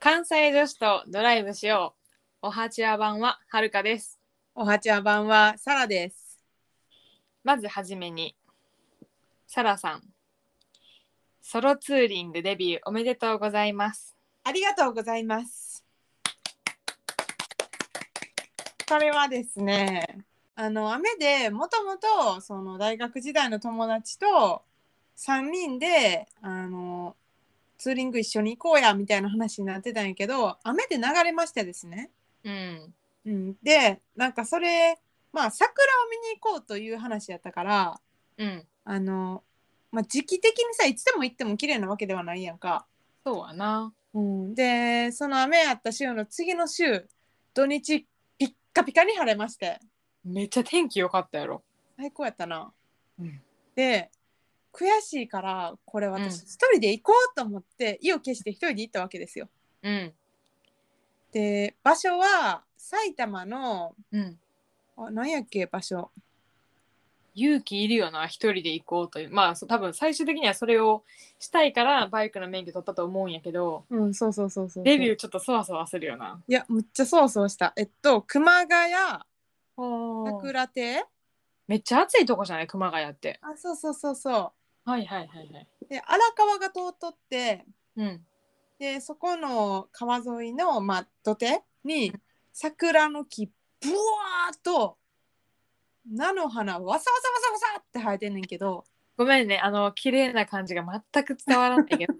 関西女子とドライブしよう。おはちわ版ははるかです。おはちゃばんはサラです。まずはじめに、サラさん。ソロツーリングデビューおめでとうございます。ありがとうございます。これはですね、あの雨でもともとその大学時代の友達と3人であのツーリング一緒に行こうやみたいな話になってたんやけど、雨で流れましてですね。うん。うん、で、なんかそれ、まあ桜を見に行こうという話やったから、うん。あの、まあ、時期的にさいつでも行っても綺麗なわけではないやんか。そうはな。うん、でその雨やった週の次の週土日ピッカピカに晴れましてめっちゃ天気良かったやろ。最高やったな。うんで悔しいからこれ私うん一人で行こうと思って意を決して一人で行ったわけですよ。うん。で場所は埼玉のうん。あ何やっけ場所勇気いるよな、一人で行こうという。まあ、そう多分最終的にはそれをしたいからバイクの免許取ったと思うんやけど、うんそうそうそうそうデビューーちょっとそわそわするよな。いやむっちゃそうそうしたえっと熊谷桜亭めっちゃ暑いとこじゃない熊谷って。あそうそうそうそはいはいはいはい。うで荒川が通っとってうん。でそこの川沿いの、まあ、土手に桜の木ブワーっと菜の花わさわさわさわさって生えてんねんけどごめんね、あの、綺麗な感じが全く伝わらないけ ど。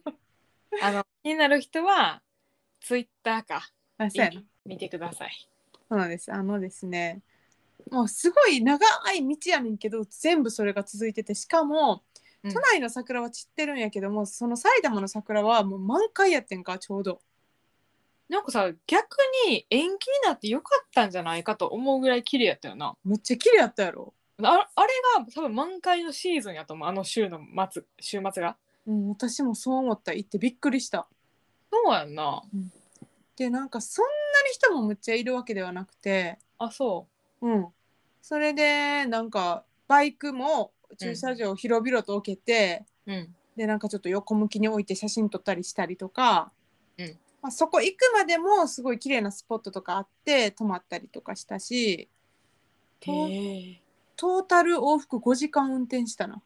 あの、気になる人は、ツイッターか。あそうやな見てください。そうなんですあのですねもうすごい長い道やねんけど全部それが続いててしかもうん都内の桜は散ってるんやけども、その埼玉の桜はもう満開やってんかちょうどなんかさ、逆に延期になってよかったんじゃないかと思うぐらい綺麗やったよな。むっちゃ綺麗やったやろ、ああれが多分満開のシーズンやと思う。あの週の末、週末が。うん、私もそう思った行ってびっくりしたそうやんな。でなんかそんなに人もむっちゃいるわけではなくてあ、そうん、それでなんかバイクも駐車場を広々と置けて、う。うん。でなんかちょっと横向きに置いて写真撮ったりしたりとか、うんまあ、そこ行くまでもすごい綺麗なスポットとかあって泊まったりとかしたしへえ。トータル往復5時間運転したな。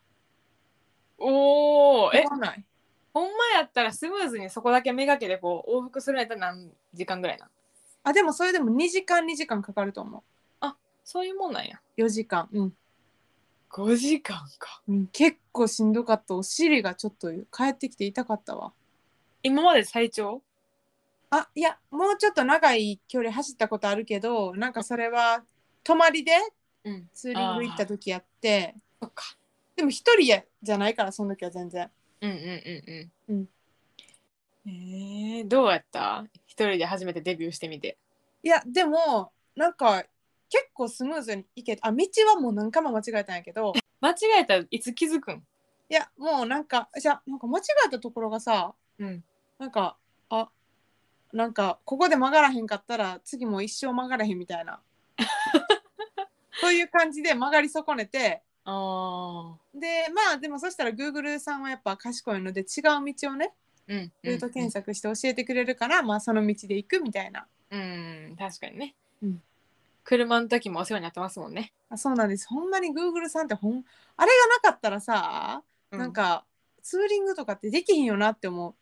おお、え飛、ばないほんまやったらスムーズにそこだけめがけてこう往復するんやったら何時間ぐらいなあでもそれでも2時間2時間かかると思そういうもんなんやう4時間、うん5時間かうん、結構しんどかったお尻がちょっと帰ってきて痛かったわ今まで最長あいやもうちょっと長い距離走ったことあるけどなんかそれは泊まりでうんツーリング行った時やってそっかでも一人やじゃないからその時は全然うんうんうんううんえー、どうやった一人で初めてデビューしてみていやでもなんか結構スムーズに行けたあ道はもう何回も間違えたんやけど間違えたらいつ気づくんいやもうなんかじゃなんか間違えたところがさうんなんかあなんかここで曲がらへんかったら次もう一生曲がらへんみたいなそういう感じで曲がり損ねてあでまあでもそしたら Google さんはやっぱ賢いので違う道をねーうんルート検索して教えてくれるから、まあその道で行くみたいなうん、うん、確かにね、うん車の時もお世話になってますもんね、あそうなんですほんまに Google さんってほんあれがなかったらさ、うなんかツーリングとかってできひんよなって思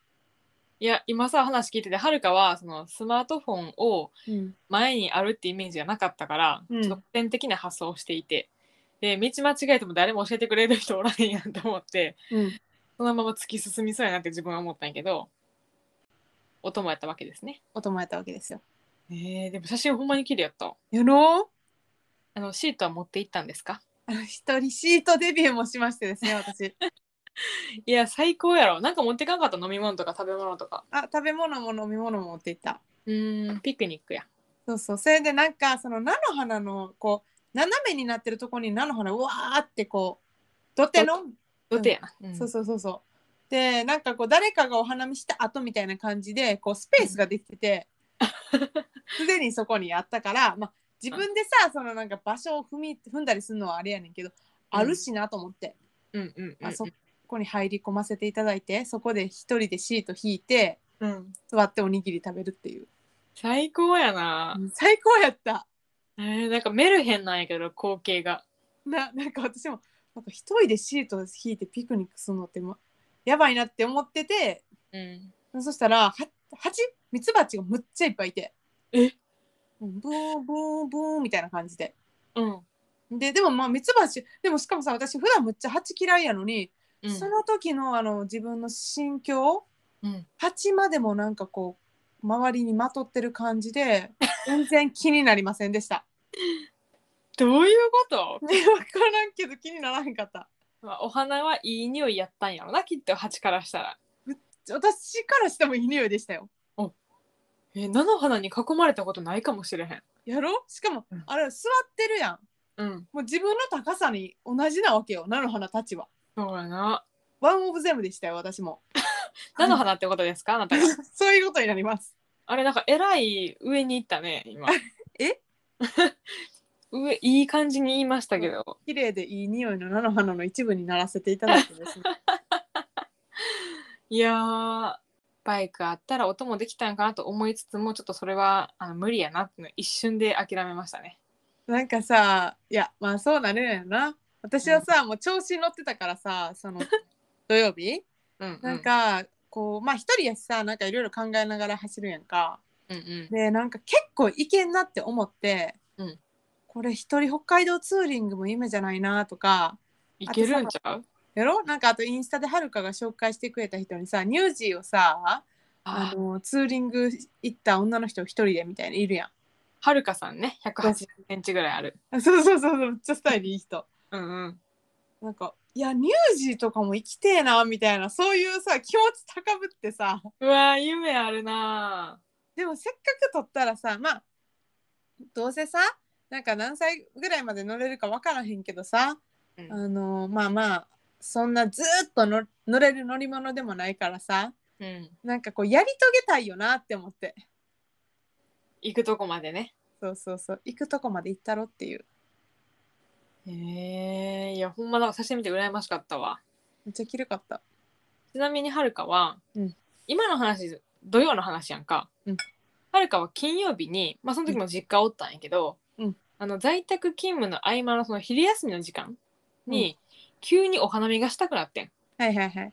いや今さ話聞いててはるかはそのスマートフォンをう、うん、前にあるってイメージがなかったから、うんちょっと古典的な発想をしていてで道間違えても誰も教えてくれる人おらへんやんと思ってうん、そのまま突き進みそうやなって自分は思ったんやけどお供やったわけですねお供やったわけですよえーでも写真ほんまに綺麗やったやろうあのシートは持って行ったんですかあの一人シートデビューもしましてですね私いや最高やろなんか持ってかんかった飲み物とか食べ物とかあ食べ物も飲み物も持っていったうーんピクニックやそうそうそれでなんかその菜の花のこう斜めになってるところに菜の花うわーってこう土手のどてやな、うんそうそうそうそう。でなんかこう誰かがお花見した後みたいな感じでこうスペースができて てすで、にそこにあったから、まあ、自分でさ、そのなんか場所を踏み踏んだりするのはあれやねんけど、あるしなと思ってうんうんうんうんあそここに入り込ませていただいてそこで一人でシート引いてうん、座っておにぎり食べるっていう最高やな、最高やったえーなんかメルヘンなんやけど光景がななんか私もなんか一人でシート引いてピクニックするのって、ま、やばいなって思っててうんそしたらは蜂ミツバチがむっちゃいっぱいいてえうんブーンブーンブーンみたいな感じでうん、ででもまあミツバチでもしかもさ私普段むっちゃ蜂嫌いやのに、うん、その時のあの自分の心境うん蜂までもなんかこう周りにまとってる感 じで全然気になりませんでした。どういうこと、ね、分からんけど気にならへんかった。まあ、お花はいい匂いやったんやろなきっと蜂からしたら私からしてもいい匂いでしたよ。えー菜の花に囲まれたことないかもしれへんやろしかもうんあれ座ってるやん。うんもう自分の高さに同じなわけよ菜の花たちは。そうやなワンオブゼムでしたよ私も。菜の花ってことですかあなたが そういうことになります。あれなんかえらい上に行ったね今え 上いい感じに言いましたけど綺麗でいい匂いの菜の花の一部にならせていただいてです ね。いやーバイクあったら音もできたんかなと思いつつもちょっとそれはあの無理やなっていうのを一瞬で諦めましたね。なんかさいやまあそうなるんやな私はさ、もう調子に乗ってたからさその土曜日うん、うん、なん、かこうまあ一人やしさなんかいろいろ考えながら走るやんかうんうん、でなんか結構いけんなって思って、うんこれ一人北海道ツーリングも夢じゃないなとかいけるんちゃうやろなんかあとインスタではるかが紹介してくれた人にさニュージーをさああののツーリング行った女の人一人でみたいにいるやんはるかさんね180センチぐらいある。あ そうそうそうそうめっちゃスタイルいい人うんうん、なんかいや乳児とかも生きてえなみたいなそういうさ気持ち高ぶってさうわー夢あるなでもせっかく取ったらさまあどうせさなんか何歳ぐらいまで乗れるか分からへんけどさ、ー、うんあのまあまあそんなずーっとの乗れる乗り物でもないからさうん、なんかこうやり遂げたいよなって思って行くとこまでね。そうそうそう行くとこまで行ったろっていうへえー、いやほんまなんかさせてみて羨ましかったわ。めっちゃきるかったちなみにはるかは、うん今の話土曜の話やんか、うんはるかは金曜日に、まあ、その時も実家おったんやけど、うんあの在宅勤務の合間のその昼休みの時間に、急にお花見がしたくなってん。はいはいはい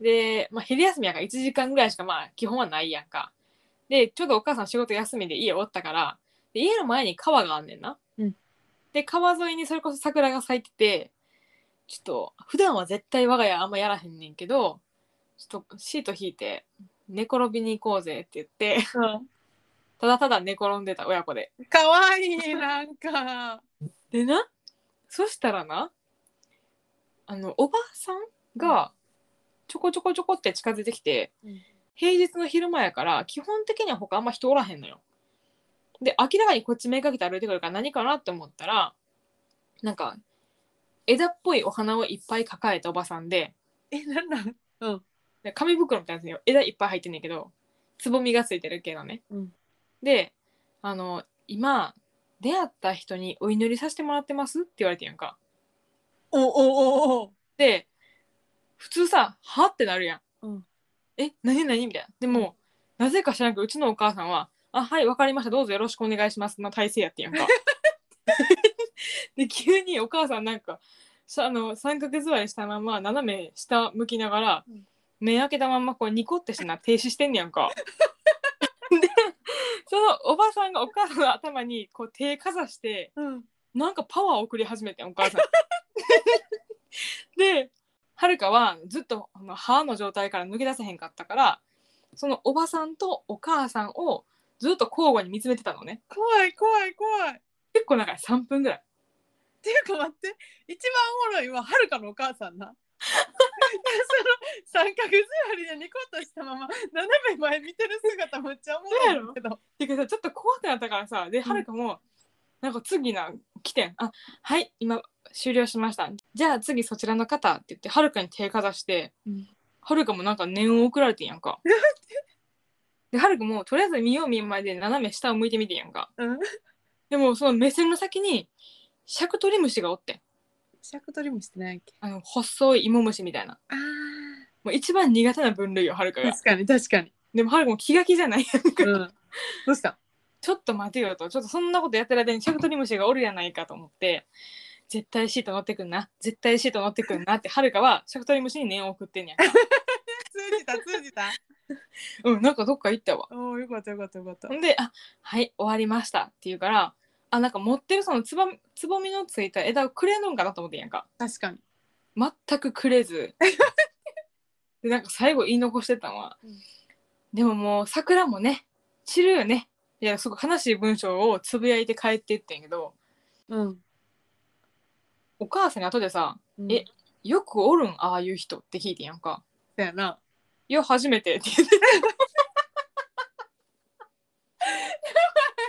で、まあ、昼休みやから1時間ぐらいしかまあ基本はないやんか。でちょうどお母さん仕事休みで家おったからで家の前に川があんねんな。うんで川沿いにそれこそ桜が咲いててちょっと普段は絶対我が家あんまやらへんねんけどちょっとシート引いて寝転びに行こうぜって言ってただただ寝転んでた親子で。かわいいなんかでなそしたらなあのおばさんがちょこちょこちょこって近づいてきて、うん平日の昼間やから基本的には他あんま人おらへんのよ。で明らかにこっちめがけて歩いてくるから何かなって思ったらなんか枝っぽいお花をいっぱい抱えたおばさんでえなんなんうんで紙袋みたいなやつに枝いっぱい入ってんねんけどつぼみがついてる系のね。うんであの今出会った人にお祈りさせてもらってますって言われてんやんか。おおおおで普通さ「は?」ってなるやん。うんえ何何みたいな。でも、なぜか知らんけどうちのお母さんは「あはいわかりましたどうぞよろしくお願いします」の体勢やってんやん か。で急にお母さんなんかしあの三角座りしたまま斜め下向きながら、うん目開けたままこうニコってしてな停止してんねやん か。でそのおばさんがお母さんの頭にこう手かざして。うんなんかパワーを送り始めてんお母さん。ではるかはずっとあの歯の状態から抜け出せへんかったからそのおばさんとお母さんをずっと交互に見つめてたのね怖い怖い怖い結構長い3分ぐらいっていうか待って一番おもろいははるかのお母さん なその三角座りでニコッとしたまま斜め前見てる姿めっちゃおもろいんだけどてかさちょっと怖くなったからさではるかも、なんか次な来てんあはい今終了しましたじゃあ次そちらの方って言ってはるかに手かざしてうんはるかもなんか念を送られてんやん かではるかもとりあえず見よう見まいで斜め下を向いてみてんやんかうんでもその目線の先にシャクトリムシがおってん尺取りもしてないっけあの細い芋虫みたいなあもう一番苦手な分類よはるかーが確かに確かにでもハルも気が気じゃないやんか、うん、どうしたちょっと待てよとちょっとそんなことやってる間にシャクトリムシがおるやないかと思って絶対シート乗ってくんな絶対シート乗ってくんなってはるかはシャクトリムシに念を送ってんねやんか通じた通じたうんなんかどっか行ったわおおよかったよかったよかったほんで「あはい終わりました」って言うからあなんか持ってるそのつばつぼみのついた枝をくれんのんかなと思ってんやんか確かに全くくれ ずでなんか最後言い残してたのは、うんでももう桜もね散るよねいやすごい悲しい文章をつぶやいて帰っていってんけどうん、お母さんに後でさうん、え「よくおるんああいう人」って聞いてんやんかだよな「いや初めて」 って言って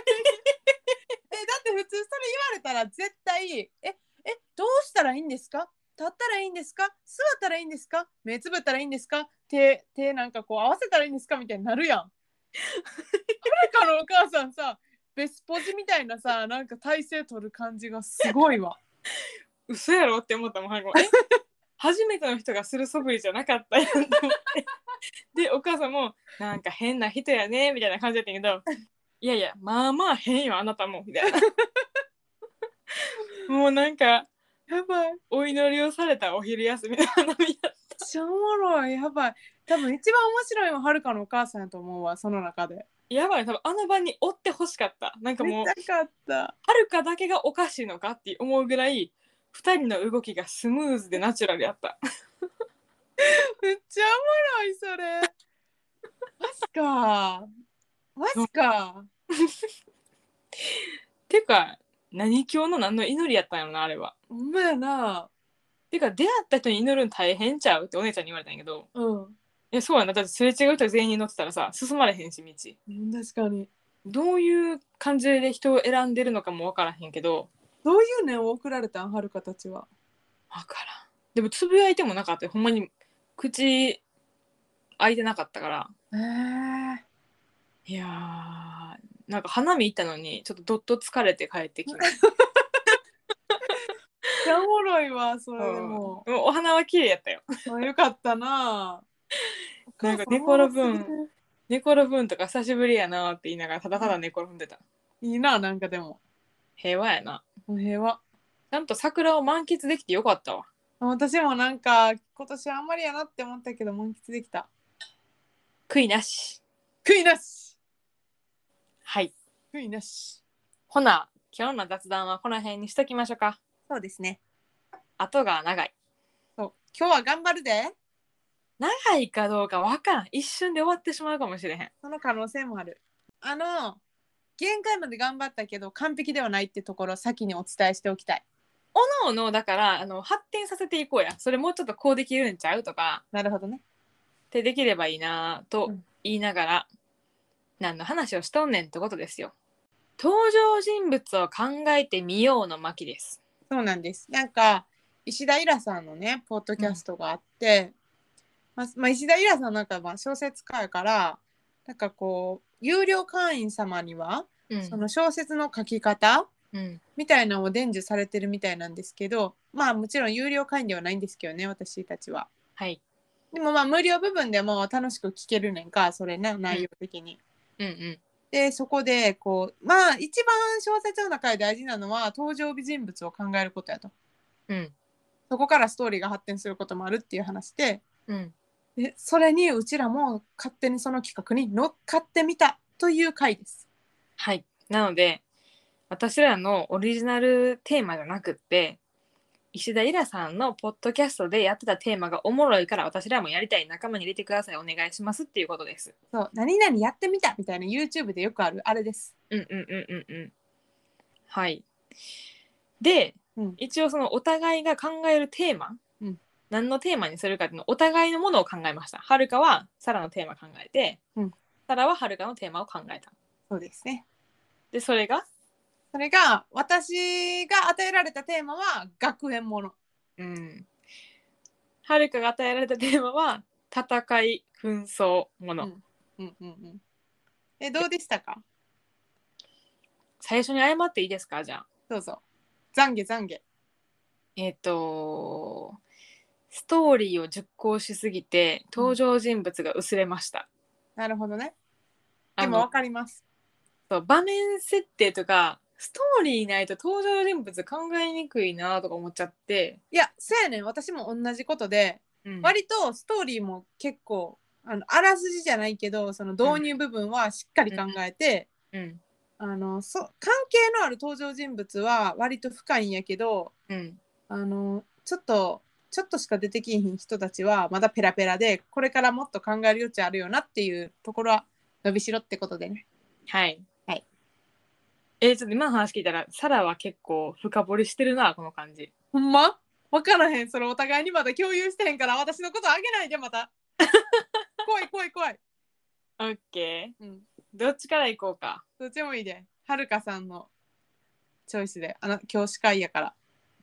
えだって普通それ言われたら絶対「ええどうしたらいいんですか立ったらいいんですか座ったらいいんですか目つぶったらいいんですか手手なんかこう合わせたらいいんですか?」みたいになるやん。はるかのお母さんさベスポジみたいなさなんか体勢取る感じがすごいわ。嘘やろって思ったもん最後 え初めての人がする素振りじゃなかったやんと思ってでお母さんも「なんか変な人やね」みたいな感じやったんやけど「いやいやまあまあ変よあなたも」みたいな もうなんかやばいお祈りをされたお昼休みの花見やしょうもろいやばい多分一番面白いのははるかのお母さんやと思うわその中で。やばい多分あの場におってほしかったなんかもうめっちゃよかった。はるかだけがおかしいのかって思うぐらい2人の動きがスムーズでナチュラルやっためっちゃおもろいそれ。マジか。マジか。ていうか何教の何の祈りやったんやろなあれはほんまやな。ていうか出会った人に祈るの大変ちゃうってお姉ちゃんに言われたんやけどうん。いやそうやなだってすれ違う人全員に乗ってたらさ進まれへんし道確かに。どういう感じで人を選んでるのかも分からへんけどどういう念を送られたんはるかたちは。分からんでもつぶやいてもなかったよほんまに口開いてなかったからええ。いやーなんか花見行ったのにちょっとどっと疲れて帰ってきましためっちゃおもろいわそれうんでも。でもお花は綺麗やったよあよかった な。なんか寝お母さ転ぶん寝転ぶんとか久しぶりやなーって言いながらただただ寝転んでたいいななんかでも。平和やな平和。ちゃんと桜を満喫できてよかったわ私もなんか今年あんまりやなって思ったけど満喫できた。悔いなし悔いなし。はい悔いなし。ほな今日の雑談はこの辺にしときましょうかそうですね。後が長いそう今日は頑張るで。長いかどうかわからん一瞬で終わってしまうかもしれへんその可能性もある。あの限界まで頑張ったけど完璧ではないってところを先にお伝えしておきたい。おのおのだからあの発展させていこうやそれもうちょっとこうできるんちゃうとかなるほどね。ってできればいいなぁとうん言いながら、何の話をしとんねんってことですよ登場人物を考えてみようの巻ですそうなんです。なんか石田イラさんのねポッドキャストがあって、まあまあ、石田イラさんなんかまあ小説家やからなんかこう有料会員様には、うんその小説の書き方うんみたいなのを伝授されてるみたいなんですけどまあもちろん有料会員ではないんですけどね私たちは。はいでもまあ無料部分でも楽しく聞けるねんかそれな内容的に。うんうんでそこでこうまあ一番小説の中で大事なのは登場人物を考えることやと。うんそこからストーリーが発展することもあるっていう話でうんでそれにうちらも勝手にその企画に乗っかってみたという回です。はいなので私らのオリジナルテーマじゃなくって石田イラさんのポッドキャストでやってたテーマがおもろいから私らもやりたい仲間に入れてくださいお願いしますっていうことですそう何々やってみたみたいな YouTube でよくあるあれです。うんうんうんうんうんはいで、うん一応そのお互いが考えるテーマ、うん何のテーマにするかっていうのをお互いのものを考えましたはるかはサラのテーマ考えて、うんサラははるかのテーマを考えたそうですね。でそれが、それが私が与えられたテーマは学園もの。うん、はるかが与えられたテーマは戦い紛争もの、うんうんうんうん。えどうでしたか？最初に謝っていいですかじゃあどうぞ。懺悔懺悔。えっ、とストーリーを熟考しすぎて登場人物が薄れました、なるほどね。あでのもわかります。そう場面設定とかストーリーないと登場人物考えにくいなとか思っちゃって、いや、そうやねん。私も同じことで、うん割とストーリーも結構、あの、あらすじじゃないけど、その導入部分はしっかり考えて、うんあの、そ関係のある登場人物は割と深いんやけど、うんあの、ちょっと、ちょっとしか出てきひん人たちはまだペラペラで、これからもっと考える余地あるよなっていうところは伸びしろってことでね。はいはいえーちょっと今の話聞いたらサラは結構深掘りしてるなこの感じほんまわからへん。それお互いにまだ共有してへんから、私のことあげないで、ま た。怖い怖い怖い。オッケうん。ーどっちから行こうかどっちもいいで。はるかさんのチョイスで、あの、教師会やから。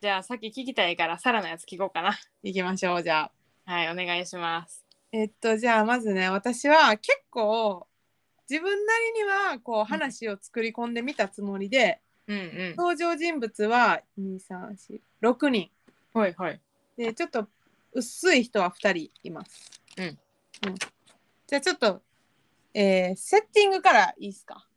じゃあさっき聞きたいからサラのやつ聞こうかな 行きましょう、じゃあ。はいお願いしますえっと、じゃあ、まずね、私は結構、自分なりには、こう、話を作り込んでみたつもりで、うんうん登場人物は、2、3、4、6人。はいはいで、ちょっと、薄い人は2人います。うんうんじゃあ、ちょっと、えーセッティングからいいですか。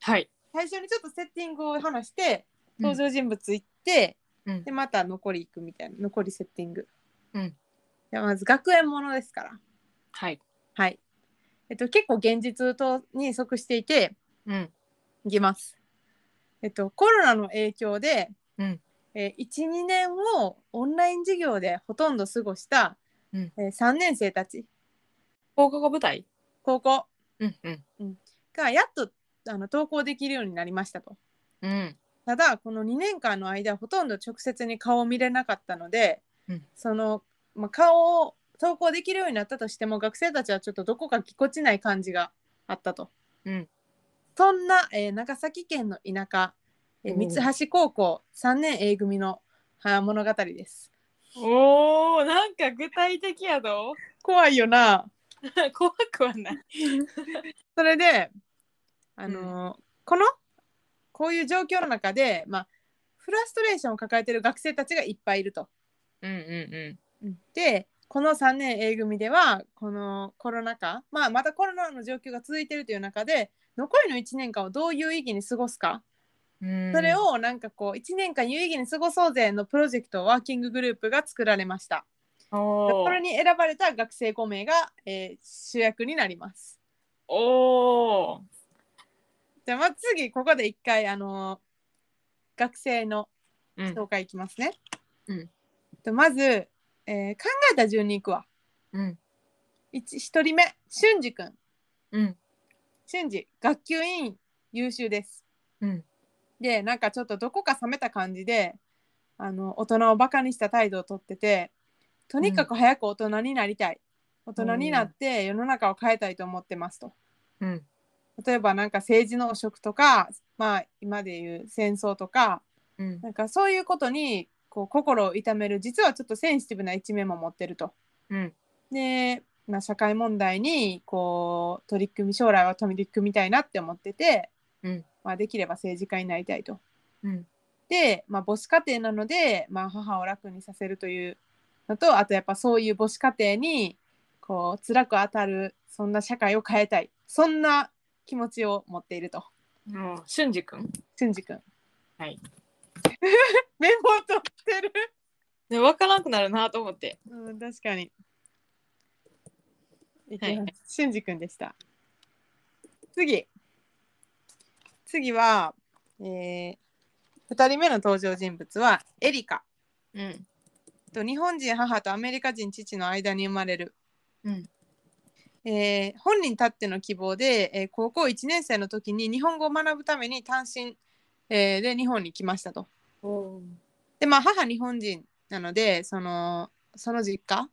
はい最初にちょっとセッティングを話してうん登場人物行って、うんでまた残り行くみたいな残りセッティング、うんじゃあまず学園ものですからはいはいえっと結構現実とに即していてうんいきますえっとコロナの影響で、うんえー、12年をオンライン授業でほとんど過ごした、うんえー、3年生たち放課後舞台高校うんうんがやっとあの登校できるようになりましたとうんただこの2年間の間ほとんど直接に顔を見れなかったので、うんその、まあ、顔を投稿できるようになったとしても学生たちはちょっとどこかぎこちない感じがあったと。うんそんな、えー長崎県の田舎、えーうん三橋高校3年 A 組のあー物語です。おーなんか具体的やぞ 怖いよな。怖くはないそれで、あのーこのこういう状況の中で、まあ、フラストレーションを抱えている学生たちがいっぱいいると。うんうんうんでこの3年 A 組ではこのコロナ禍、まあ、またコロナの状況が続いているという中で残りの1年間をどういう意義に過ごすか、うんそれをなんかこう1年間有意義に過ごそうぜのプロジェクトワーキンググループが作られましたおこーれに選ばれた学生5名が、えー主役になりますおーじゃあまあ次ここで1回あのー学生のうん紹介いきますね、うんとまず、えー考えた順にいくわうん 1, 一人目俊二君うん瞬時学級委員優秀ですうんでなんかちょっとどこか冷めた感じであの大人をバカにした態度をとっててとにかく早く大人になりたい、大人になって世の中を変えたいと思ってますとうん例えばなんか政治の汚職とかまあ今でいう戦争とかうんなんかそういうことにこう心を痛める実はちょっとセンシティブな一面も持ってるとうんで、まあ、社会問題にこう取り組み将来は取り組みたいなって思ってて、うんまあ、できれば政治家になりたいと。うんで、まあ、母子家庭なので、まあ、母を楽にさせるというのとあとやっぱそういう母子家庭にこう辛く当たるそんな社会を変えたいそんな気持ちを持っているともう俊二君俊二君。はい、 メモ取ってる、ね分からなくなるなと思ってうん、確かに。いきはいます俊二君でした。次。次は、えー、2人目の登場人物はエリカ。うんと日本人母とアメリカ人父の間に生まれる、うんえー本人たっての希望で、えー高校1年生の時に日本語を学ぶために単身、えーで日本に来ましたと。おでまあ母日本人なのでそのその実家、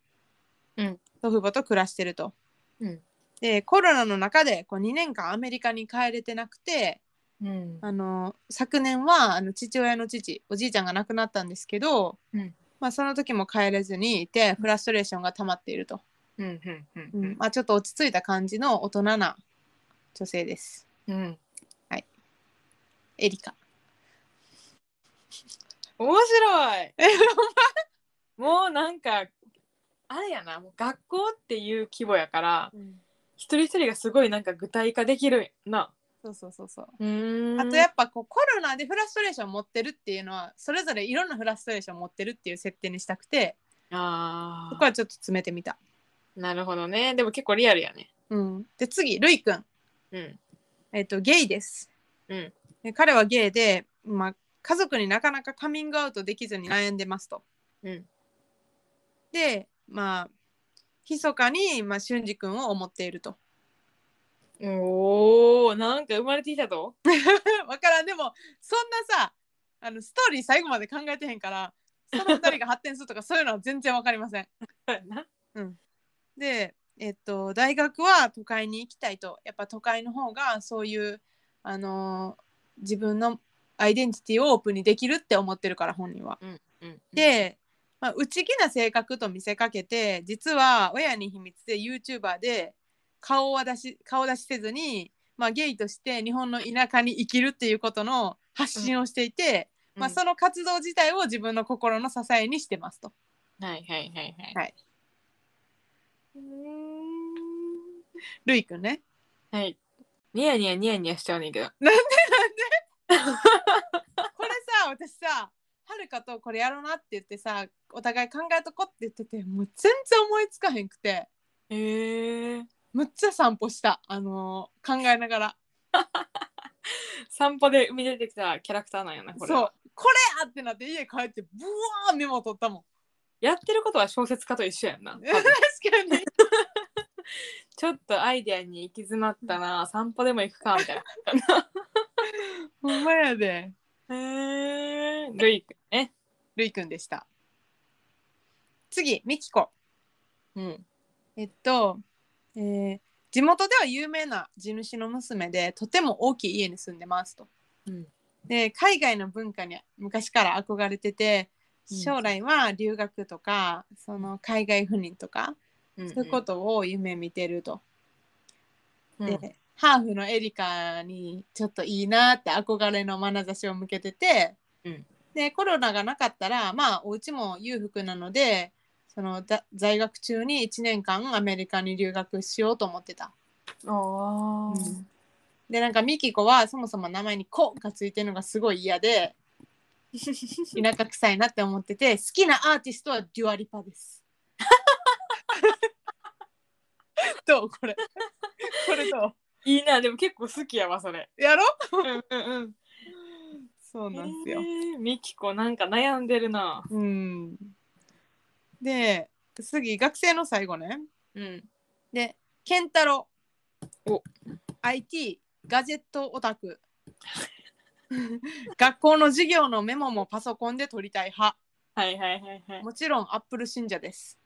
うん祖父母と暮らしてると。うんでコロナの中でこう2年間アメリカに帰れてなくてうんあの昨年はあの父親の父おじいちゃんが亡くなったんですけど、うんまあ、その時も帰れずにいてフラストレーションが溜まっていると、うんうんうんうんまあ、ちょっと落ち着いた感じの大人な女性ですうんエリカ。面白いもうなんかあれやなもう学校っていう規模やから一人一人がすごいなんか具体化できるな。そうそうそうそう。うんあとやっぱこうコロナでフラストレーション持ってるっていうのはそれぞれいろんなフラストレーション持ってるっていう設定にしたくてあそこーはちょっと詰めてみた。なるほどね。でも結構リアルやね。うん、で次ルイくん、うん。えっとゲイです、うんで彼はゲイで、まあ、家族になかなかカミングアウトできずに悩んでますと。うん。でまあ密かに、まあ、俊二君を思っていると。 おー、なんか生まれてきたとわからんでもそんなさあのストーリー最後まで考えてへんからその2人が発展するとかそういうのは全然わかりません。 な。で、えっと、大学は都会に行きたいとやっぱ都会の方がそういう、あのー自分のアイデンティティをオープンにできるって思ってるから本人は。うん、で、まあ、内気な性格と見せかけて実は親に秘密で YouTuber で顔は出し顔出しせずに、まあ、ゲイとして日本の田舎に生きるっていうことの発信をしていて、まあ、その活動自体を自分の心の支えにしてますと。はいはいはいはい。はいーんルイくんね。はい。ニヤニヤニヤニヤしちゃうねんけど。これさ私さはるかとこれやろうなって言ってさお互い考えとこって言っててもう全然思いつかへんくてへえー。むっちゃ散歩したあのー考えながら散歩で生み出てきたキャラクターなんやな、これ。そう。これやってなって家帰ってブワーメモ取ったもんやってることは小説家と一緒 やんな。 確かにちょっとアイデアに行き詰まったな、散歩でも行くか、みたいな。ほんまやで へえ。ルイ君ね。るいくんでした次みきこうん。えっと、えー地元では有名な地主の娘でとても大きい家に住んでますとうん。で海外の文化に昔から憧れててうん将来は留学とか、その海外赴任とか、うんそういうことを夢見てると、うんでハーフのエリカにちょっといいなって憧れの眼差しを向けてて、うんでコロナがなかったらまあお家も裕福なのでそのだ在学中に1年間アメリカに留学しようと思ってた。あー でなんかミキコはそもそも名前に「コ」がついてるのがすごい嫌で田舎臭いなって思ってて好きなアーティストはデュアリパです どうこれ これどいいな、でも結構好きやわ、それ。うやろうんうんそううなんですよ、みきこなんか悩んでるな。うんで次学生の最後ねうん。でケンタロウお IT ガジェットオタク 学校の授業のメモもパソコンで取りたい派はいはいはいはい。もちろんアップル信者です。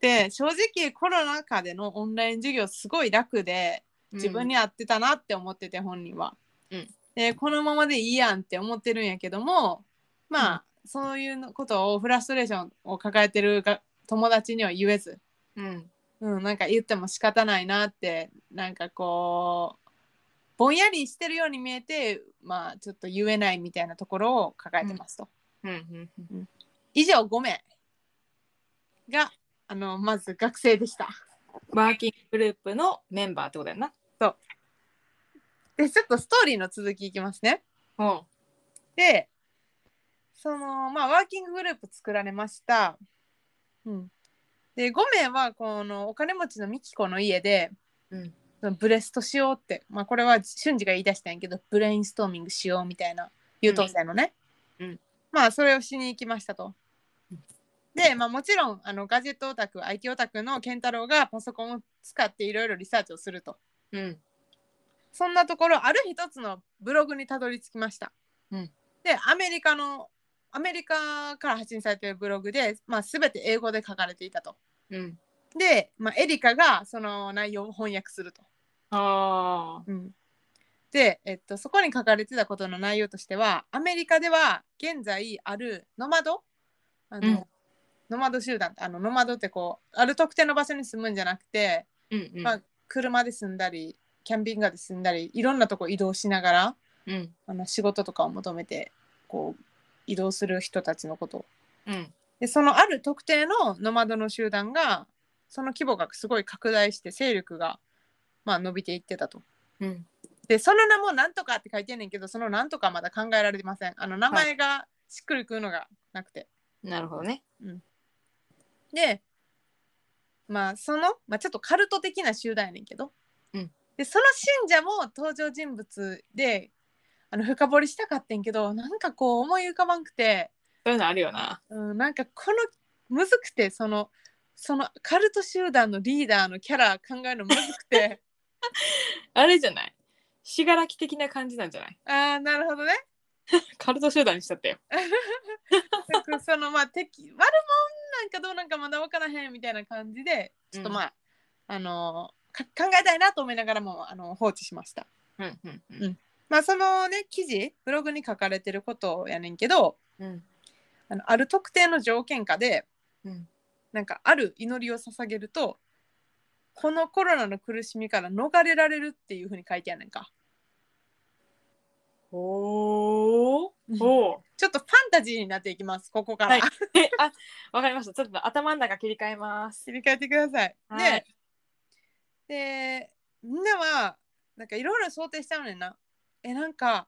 で正直コロナ禍でのオンライン授業すごい楽で自分に合ってたなって思ってて本人は。うんでこのままでいいやんって思ってるんやけどもまあ、そういうのことをフラストレーションを抱えてるが友達には言えず、うん。うん、なんか言っても仕方ないなってなんかこうぼんやりしてるように見えてまあちょっと言えないみたいなところを抱えてますと。うんうんうん。以上5名があのまず学生でしたワーキンググループのメンバーってことやんな。でちょっとストーリーの続きいきますねうん。でそのまあワーキンググループ作られました、うん、で5名はこのお金持ちのミキコの家でうん。ブレストしようって、まあ、これは瞬時が言い出したんやけどブレインストーミングしようみたいな優等生のね、うんうんまあそれをしに行きましたとうん。で、まあ、もちろんあのガジェットオタク IT オタクの健太郎がパソコンを使っていろいろリサーチをするとうん。そんなところある一つのブログにたどり着きました。うんでアメリカのアメリカから発信されているブログで、まあ、全て英語で書かれていたと。うん。で、まあ、エリカがその内容を翻訳すると。ああ。うんで、えっと、そこに書かれてたことの内容としてはアメリカでは現在あるノマドあの、うんノマド集団あのノマドってこうある特定の場所に住むんじゃなくて、うんうん。まあ、車で住んだりキャンピングカーで住んだりいろんなとこ移動しながらうん。あの仕事とかを求めてこう移動する人たちのことうん。でそのある特定のノマドの集団がその規模がすごい拡大して勢力が、まあ、伸びていってたと。うん。でその名も「なんとか」って書いてんねんけどその「なんとか」まだ考えられてません。あの名前がしっくりくるのがなくて。なるほどね。でまあその、まあ、ちょっとカルト的な集団やねんけど、うんでその信者も登場人物であの深掘りしたかってんけどなんかこう思い浮かばんくて、そういうのあるよな。うん、なんかこのむずくてそのそのカルト集団のリーダーのキャラ考えるのむずくてあれじゃない。しがらき的な感じなんじゃないああなるほどねカルト集団にしちゃったよ。なんかそのまあ敵悪者なんかどうなんかまだ分からへんみたいな感じでちょっとまあ、あのか考えたいなと思いながらもあの放置しました。うんうんうんうんまあそのね記事ブログに書かれてることやねんけどうんあのある特定の条件下でうんなんかある祈りを捧げるとこのコロナの苦しみから逃れられるっていうふうに書いてあんねんかおおうんおーちょっとファンタジーになっていきますここから、 はいえあわかりましたちょっと頭の中切り替えます切り替えてくださいはいででみんなはなんかいろいろ想定しちゃうねんなえなんか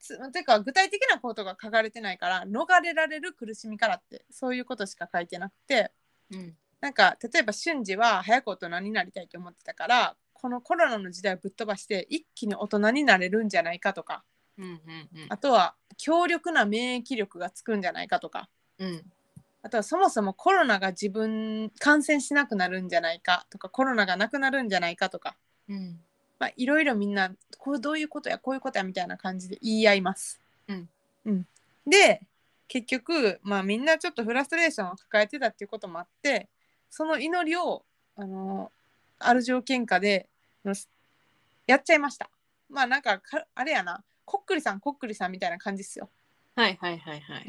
つていうか具体的なことが書かれてないから逃れられる苦しみからってそういうことしか書いてなくて、うんなんか例えば瞬時は早く大人になりたいと思ってたからこのコロナの時代をぶっ飛ばして一気に大人になれるんじゃないかとかうんうんあとは強力な免疫力がつくんじゃないかとかうんうんあとはそもそもコロナが自分感染しなくなるんじゃないかとかコロナがなくなるんじゃないかとかうんまあいろいろみんなこうどういうことやこういうことやみたいな感じで言い合います。うんうん、で結局、まあ、みんなちょっとフラストレーションを抱えてたっていうこともあってその祈りをあのある条件下でのやっちゃいました。まあなんかかあれやなこっくりさんこっくりさんみたいな感じっすよ。はいはいはいはい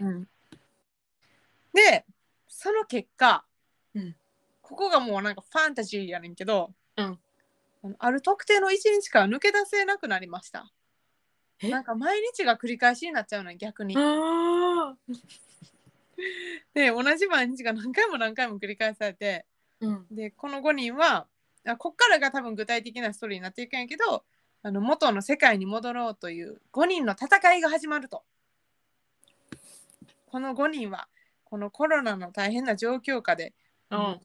でその結果、うんここがもうなんかファンタジーやねんけど、うんあのある特定の一日から抜け出せなくなりましたえなんか毎日が繰り返しになっちゃうのよ逆にあーで同じ毎日が何回も何回も繰り返されてうんでこの5人はあこっからが多分具体的なストーリーになっていくんやけどあの元の世界に戻ろうという5人の戦いが始まるとこの5人はこのコロナの大変な状況下でうん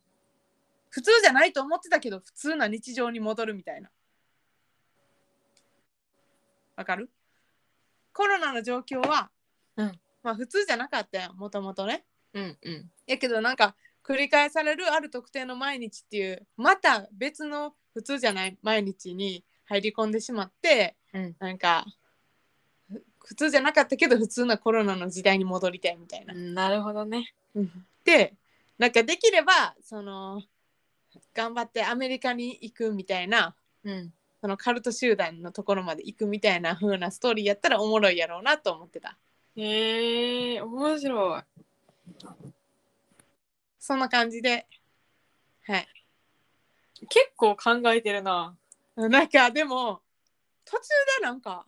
普通じゃないと思ってたけど普通な日常に戻るみたいなわかるコロナの状況は、うんまあ普通じゃなかったやんもともとねうんうんやけどなんか繰り返されるある特定の毎日っていうまた別の普通じゃない毎日に入り込んでしまってうんなんかふ普通じゃなかったけど普通なコロナの時代に戻りたいみたいなう。んなるほどねでなんかできればその頑張ってアメリカに行くみたいなうんそのカルト集団のところまで行くみたいな風なストーリーやったらおもろいやろうなと思ってたへえ面白いそんな感じではい結構考えてるななんかでも途中でなんか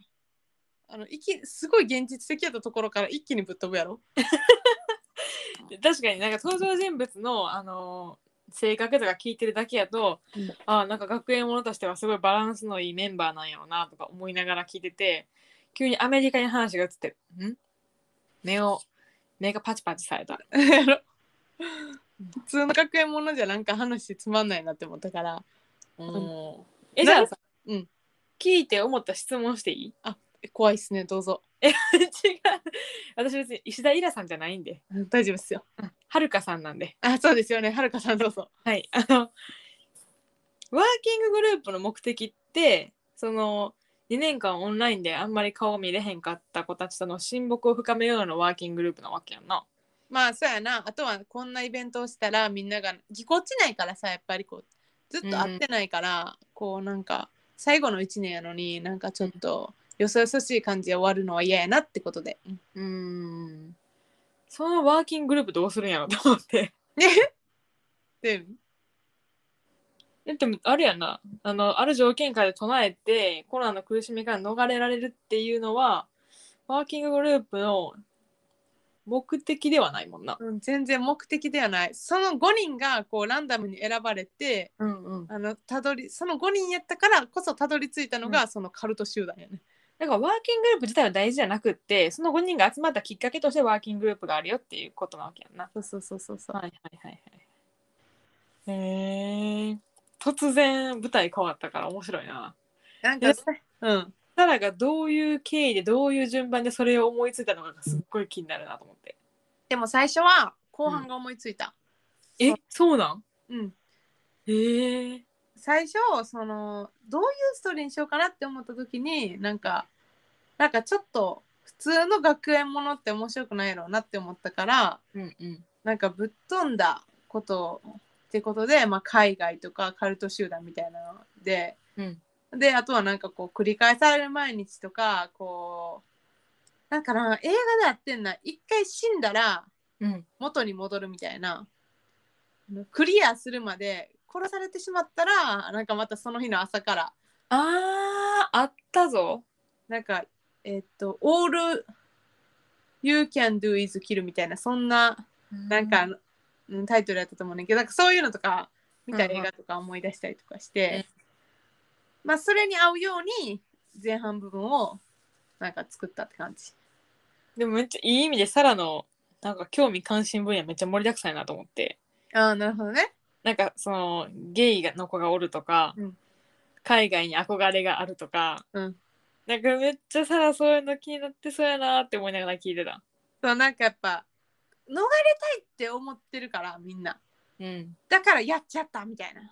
あのいきすごい現実的やったところから一気にぶっ飛ぶやろ確かになんか登場人物のあのー性格とか聞いてるだけやと、うんああなんか学園ものとしてはすごいバランスのいいメンバーなんやろうなとか思いながら聞いてて急にアメリカに話が移ってん目を目がパチパチされたやろ普通の学園ものじゃなんか話つまんないなって思ったからうんえじゃあさ、うん、聞いて思った質問していい え怖いっすねどうぞ違う私別に石田イラさんじゃないんでうん大丈夫っすよはるかさんなんであそうですよねはるかさんどうぞはい、あのワーキンググループの目的ってその2年間オンラインであんまり顔見れへんかった子たちとの親睦を深めようのワーキンググループなわけやんな。まあそうやなあとはこんなイベントをしたらみんながぎこちないからさやっぱりこうずっと会ってないから、こうなんか最後の1年やのになんかちょっとよそよそしい感じで終わるのは嫌やなってことで、うんうーんそのワーキンググループどうするんやろと思って。でえでもあれやんなあのある条件下で唱えてコロナの苦しみから逃れられるっていうのはワーキンググループの目的ではないもんな。うん、全然目的ではないその5人がこうランダムに選ばれてうんうん。あのたどりその5人やったからこそたどり着いたのが、そのカルト集団やねだからワーキンググループ自体は大事じゃなくって、その5人が集まったきっかけとしてワーキンググループがあるよっていうことなわけやんな。そうそうそうそうそうはいはいはいはい。へえ。突然舞台変わったから面白いな。なんかさうんサラがどういう経緯でどういう順番でそれを思いついたのかがすっごい気になるなと思って。でも最初は後半が思いついた、え、そうなんうん、へえ。最初そのどういうストーリーにしようかなって思った時になんかなんかちょっと普通の学園ものって面白くないやろうなって思ったからうんうん。なんかぶっ飛んだことってことで、まあ、海外とかカルト集団みたいなのでうんであとはなんかこう繰り返される毎日とかこうなんかな映画でやってんな一回死んだらうん。元に戻るみたいなあのクリアするまで殺されてしまったらなんかまたその日の朝からあー、あったぞ。なんかえっと「all you can do is kill」みたいなそんななんか、うん、タイトルやったと思うねんけどなんかそういうのとか見た映画とか思い出したりとかして、まあそれに合うように前半部分をなんか作ったって感じ。でもめっちゃいい意味でサラのなんか興味関心分野めっちゃ盛りだくさんやなと思ってああなるほどね。なんかそのゲイの子がおるとか、うん海外に憧れがあるとか、うんなんかめっちゃサラそういうの気になってそうやなって思いながら聞いてた。そうなんかやっぱ逃れたいって思ってるからみんなうんだからやっちゃったみたいな。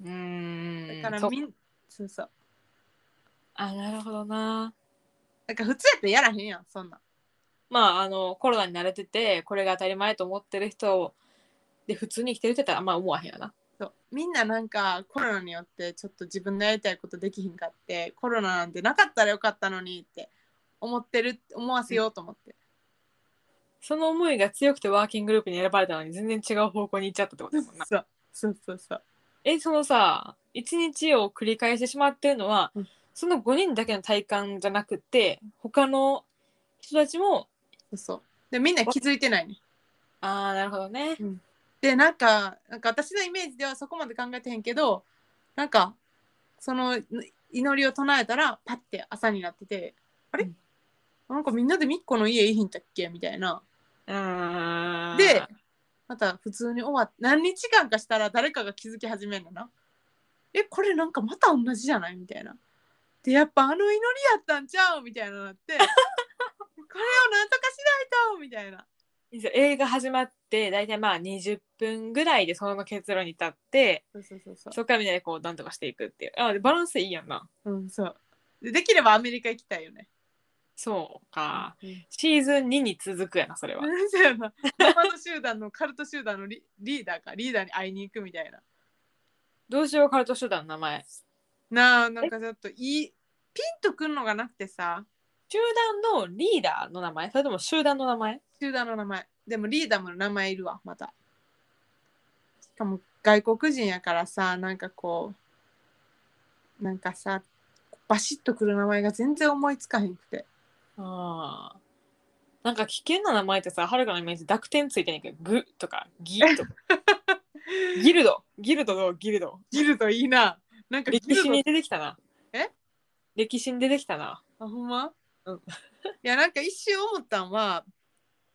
うーんだからそうみんそうそう。あなるほどななんか普通やったらやらへんやんそんなん。まああのコロナに慣れててこれが当たり前と思ってる人で普通に生きてるって言ったらまあ思わへんやなそうみんななんかコロナによってちょっと自分のやりたいことできひんかってコロナなんてなかったらよかったのにって思ってる思わせようと思って、その思いが強くてワーキンググループに選ばれたのに全然違う方向に行っちゃったってことだもんなそうそうそうそうえそのさ一日を繰り返してしまってるのは、うんその5人だけの体感じゃなくて他の人たちもそうそうでみんな気づいてないねああなるほどねでなんかなんか私のイメージではそこまで考えてへんけどなんかその祈りを唱えたらパッて朝になっててあれ、うんなんかみんなでみっこの家いいひんだっけみたいなうーんでまた普通に終わっ何日間かしたら誰かが気づき始めるのなえこれなんかまた同じじゃないみたいなでやっぱあの祈りやったんちゃうみたいなのなって これをなんとかしないとみたいないいぞ映画始まって大体まあ20分ぐらいでその結論に立ってそうそうそうそそこからみんなでこうなんとかしていくっていうあーでバランスいいやんなう,、うん、そうでできればアメリカ行きたいよねそうかうんシーズン2に続くやなそれはそうやなロマント集団のカルト集団のリリーダーかリーダーに会いに行くみたいなどうしようカルト集団の名前なあなんかちょっといいピンとくんのがなくてさ集団のリーダーの名前それとも集団の名前集団の名前でもリーダーも名前いるわまたしかも外国人やからさなんかこうなんかさバシッとくる名前が全然思いつかへんくてああ。なんか危険な名前ってさ、はるかのイメージ濁点ついてないけど、グとかギ とか、ギルド、ギルドどうギルド。ギルドいいななんかギ歴ル史ドに出てきたな。え歴史に出てきたな。あほんま、うん いやなんか一瞬思ったんは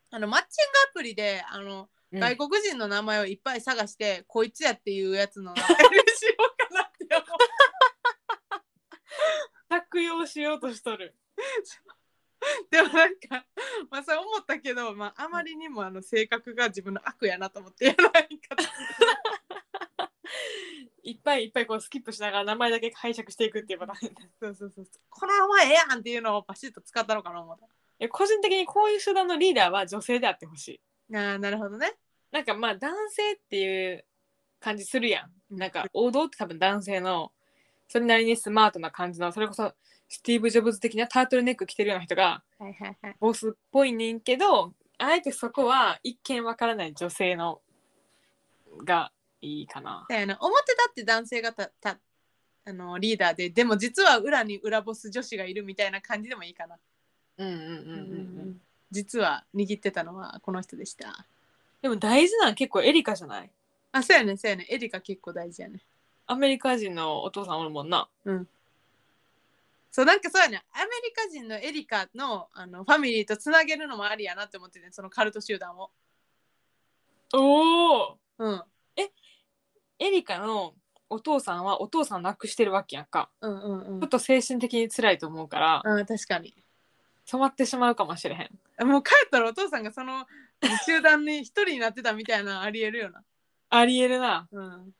あのマッチングアプリであの、うん外国人の名前をいっぱい探してこいつやっていうやつの名前にしようかなって 思う着用しようとしとる。 でもなんかまあそう思ったけど、まあ、あまりにもあの性格が自分の悪やなと思ってやらないかったいっぱいいっぱいこうスキップしながら名前だけ拝借していくっていうパターン。そうそうそうそうこの名前ええやんっていうのをパシッと使ったのかな思ったえ個人的にこういう集団のリーダーは女性であってほしい。あーなるほどねなんかまあ男性っていう感じするやん。うんなんか王道って多分男性のそれなりにスマートな感じのそれこそスティーブ・ジョブズ的なタートルネック着てるような人がはいはいはいボスっぽいねんけどあえてそこは一見わからない女性のがいいかな。だよな表だって男性がたたあのリーダーででも実は裏に裏ボス女子がいるみたいな感じでもいいかなうんうんうんうんううんん。実は握ってたのはこの人でしたでも大事なん結構エリカじゃないあそうやねそうやねエリカ結構大事やねアメリカ人のお父さんおるもんな。そうなんかそうやねアメリカ人のエリカのあのファミリーとつなげるのもありやなって思っててそのカルト集団をおおうんエリカのお父さんはお父さん亡くしてるわけやんか。うんうんうちょっんと精神的に辛いと思うから、あー確かに染まってしまうかもしれへん。もう帰ったらお父さんがその集団に一人になってたみたいなのありえるよなありえるな。うん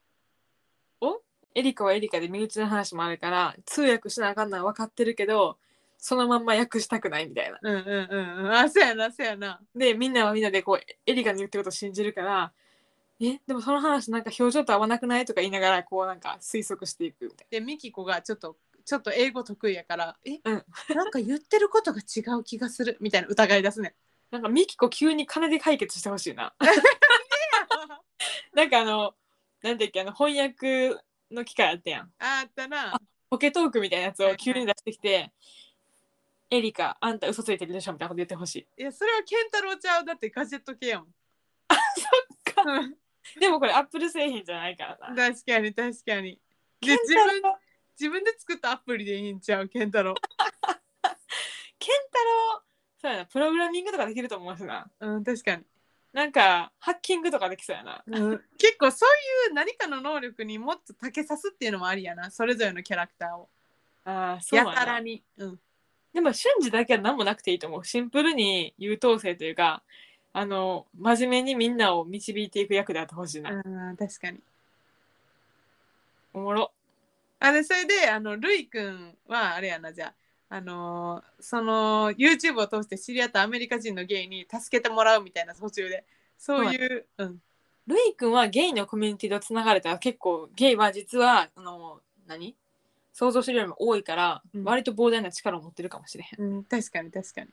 エリカはエリカで身内の話もあるから、通訳しなあかんのは分かってるけど、そのまんま訳したくないみたいな。うんうんうんうんあそうやなそうやなで、みんなはみんなでこう、エリカの言ってることを信じるから、え、でもその話なんか表情と合わなくないとか言いながら、こうなんか推測していくみたいでミキコがちょっとちょっと英語得意やから「え、うんなんか言ってることが違う気がする」みたいな疑い出 すね。な。なんかミキコ急に金で解決してほしいな。 なんかあの、なんだっけ、あの翻訳の機会あったやん。あったな。ポケトークみたいなやつを急に出してきて、エリカ、あんた嘘ついてるでしょみたいなこと言ってほしい。いやそれはケンタロウちゃうだってガジェット系やもん。そっか。でもこれアップル製品じゃないからな。確かに確かに。でケン自タロ分ウ自分で作ったアプリでいいんちゃうケンタロウ。ケンタロウそうやな、プログラミングとかできると思うしな。うん確かに、なんか、ハッキングとかできそうやな。うん結構そういう何かの能力にもっとたけさすっていうのもありやなそれぞれのキャラクターを。ああ、そうややたらな。に。うん、でも、瞬時だけは何もなくていいと思う。シンプルに優等生というか、あの、真面目にみんなを導いていく役であってほしいな。うん確かに。おもろ。あれそれであのルイくんはあれやなじゃあ、あのーその YouTube を通して知り合ったアメリカ人のゲイに助けてもらうみたいな途中でそういう、うん、ルイ君はゲイのコミュニティとつながれたら結構ゲイは実はあの何想像してるよりも多いから、うん割と膨大な力を持ってるかもしれへんうん、確かに確かに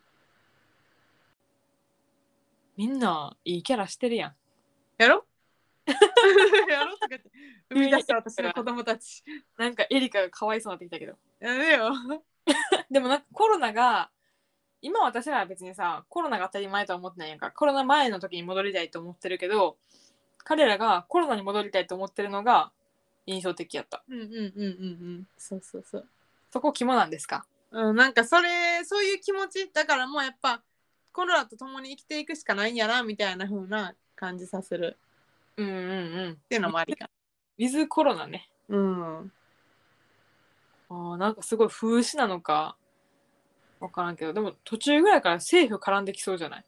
みんないいキャラしてるやんやろ やろとかって生み出した私の子供たちなんかエリカがかわいそうになってきたけどやめよでもなんかコロナが今私らは別にさコロナが当たり前とは思ってないやんかコロナ前の時に戻りたいと思ってるけど彼らがコロナに戻りたいと思ってるのが印象的やったうんうんうんうんうんそうそうそうそこ肝なんですかうん、なんかそれそういう気持ちだからもうやっぱコロナと共に生きていくしかないんやなみたいな風な感じさせるうんうんうんっていうのもありかウィズコロナねなうんあーなんかすごい風刺なのか分からんけどでも途中ぐらいから政府絡んできそうじゃない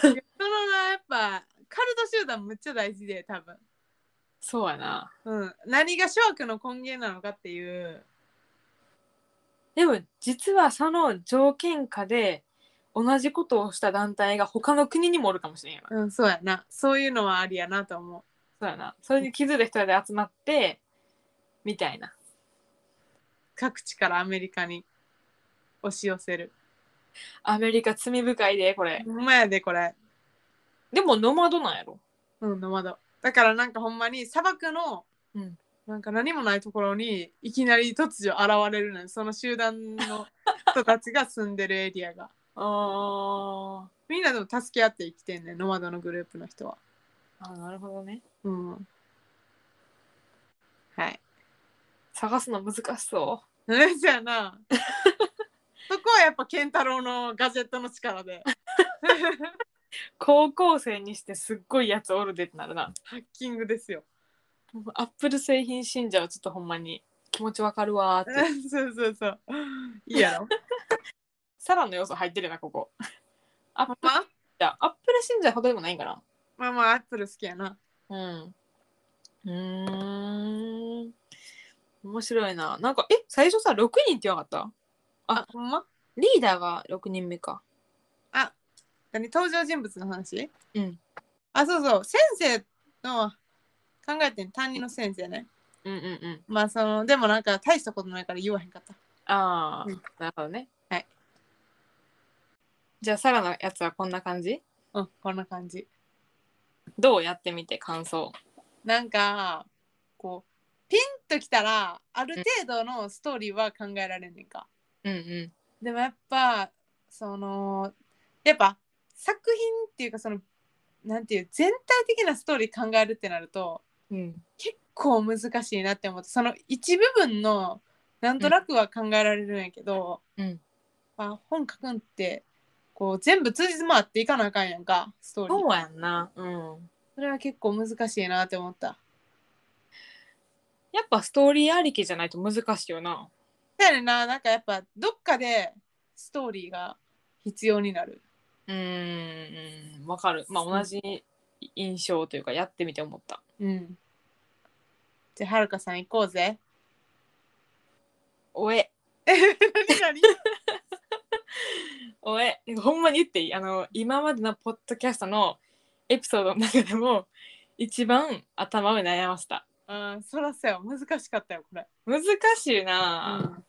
そのなやっぱカルト集団むっちゃ大事で多分、そうやなうん、何が諸悪の根源なのかっていうでも実はその条件下で同じことをした団体が他の国にもおるかもしれんやなうんそうやなそういうのはありやなと思そうやなそれに気づいた人らで集まってみたいなう各地からアメリカに押し寄せるアメリカ罪深いでこれほんまやでこれでもノマドなんやろうんノマドだからなんかほんまに砂漠の、うんなんか何もないところにいきなり突如現れるのよその集団の 人たちが住んでるエリアがあみんなでも助け合って生きてんねんノマドのグループの人はーあなるほどねうんはい探すの難しそうん、そうや な。そこはやっぱ健太郎のガジェットの力でう高校生にしてすっごいやつおるでってなるなハッキングです よ。アップル製品信者はちょっとほんまに気持ちわかるわーって。そうそうそう。いいやろ。サラの要素入ってるよな、ここ。アップルまあ、信者、アップル信者ほどでもないんかな。まあまあアップル好きやな。うん。うーん。面白いな。なんか、え、最初さ、6人って言わなかっあ、ほんまたリーダーが6人目か。あ、何登場人物の話うん。あ、そうそう。先生の考えてん担任の先生ね。うんうんうん。まあその、でもなんか大したことないから言わへんかった。ああ、うんなるほどね。はい。じゃあ、サラのやつはこんな感じうん、こんな感じ。どうやってみて感想。なんか、こう、ピンときたら、ある程度のストーリーは考えられんねんか。うんうん。でもやっぱそのやっぱ作品っていうかそのなんていう全体的なストーリー考えるってなるとうん結構難しいなって思ってその一部分のなんとなくは考えられるんやけど、うんまあ、本書くんってこう全部通じ回っていかなあかんやんかストーリーそうやんなうんそれは結構難しいなって思ったやっぱストーリーありきじゃないと難しいよなだよねななんかやっぱどっかでストーリーが必要になるうーんわかるまあ同じ印象というかやってみて思ったうんじゃあはるかさん行こ うぜおえ 何おえほんまに言っていいあの今までのポッドキャストのエピソードの中でも一番頭を悩ませた何うんそらそうよ難しかったよこれ、難しいな、 うん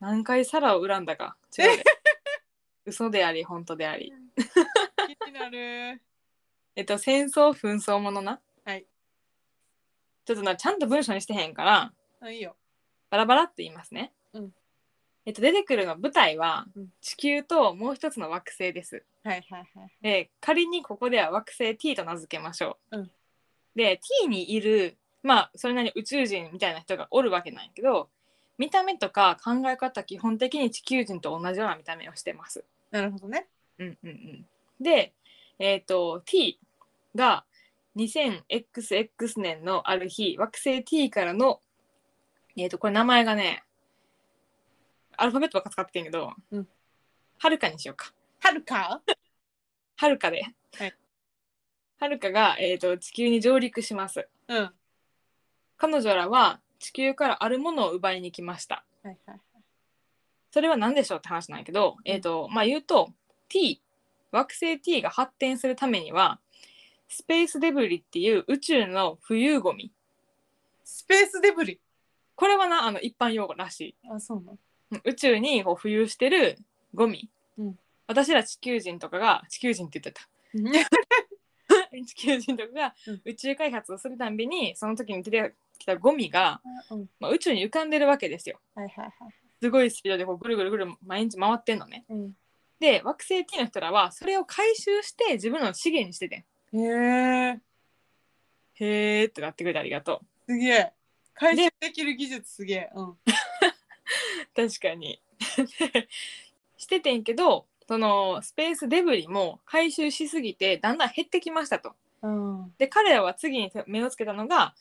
何回サラを恨んだか違 うで嘘であり本当であり気になるえっと戦争紛争ものなはいちょっとなちゃんと文章にしてへんからあいいよバラバラって言いますね。うんえっと、出てくるの舞台はうん地球ともう一つの惑星です。はいはいはいで仮にここでは惑星 T と名付けましょう。うんで T にいるまあそれなりに宇宙人みたいな人がおるわけなんやけど見た目とか考え方基本的に地球人と同じような見た目をしてます。なるほどねうんうんうん、で、えっと T が 2000XX 年のある日惑星 T からの、えっとこれ名前がねアルファベットばっか使ってんけど、うんはるかにしようかはるかはるかではいはるかが、えっと地球に上陸しますうんはい彼女らは地球からあるものを奪いに来ましたはいはいそれは何でしょうって話なんやけど、えっ、とまあ言うと T 惑星 T が発展するためにはスペースデブリっていう宇宙の浮遊ゴミスペースデブリこれはなあの一般用語らしあそうなのい宇宙にこう浮遊してるゴミ、うん私ら地球人とかが地球人って言ってた 地球人とかがうん宇宙開発をするたんびにその時に出てきたゴミが、うんまあ、宇宙に浮かんでるわけですよはいはいはいすごいスピードでこうぐるぐるぐる毎日回ってんのねうんで惑星 T の人らはそれを回収して自分の資源にしててんへえへーってなってくれてありがとすげえ回収できる技術すげえうんう確かに しててんけどそのスペースデブリも回収しすぎてだんだん減ってきましたとうんで彼らは次に目をつけたのが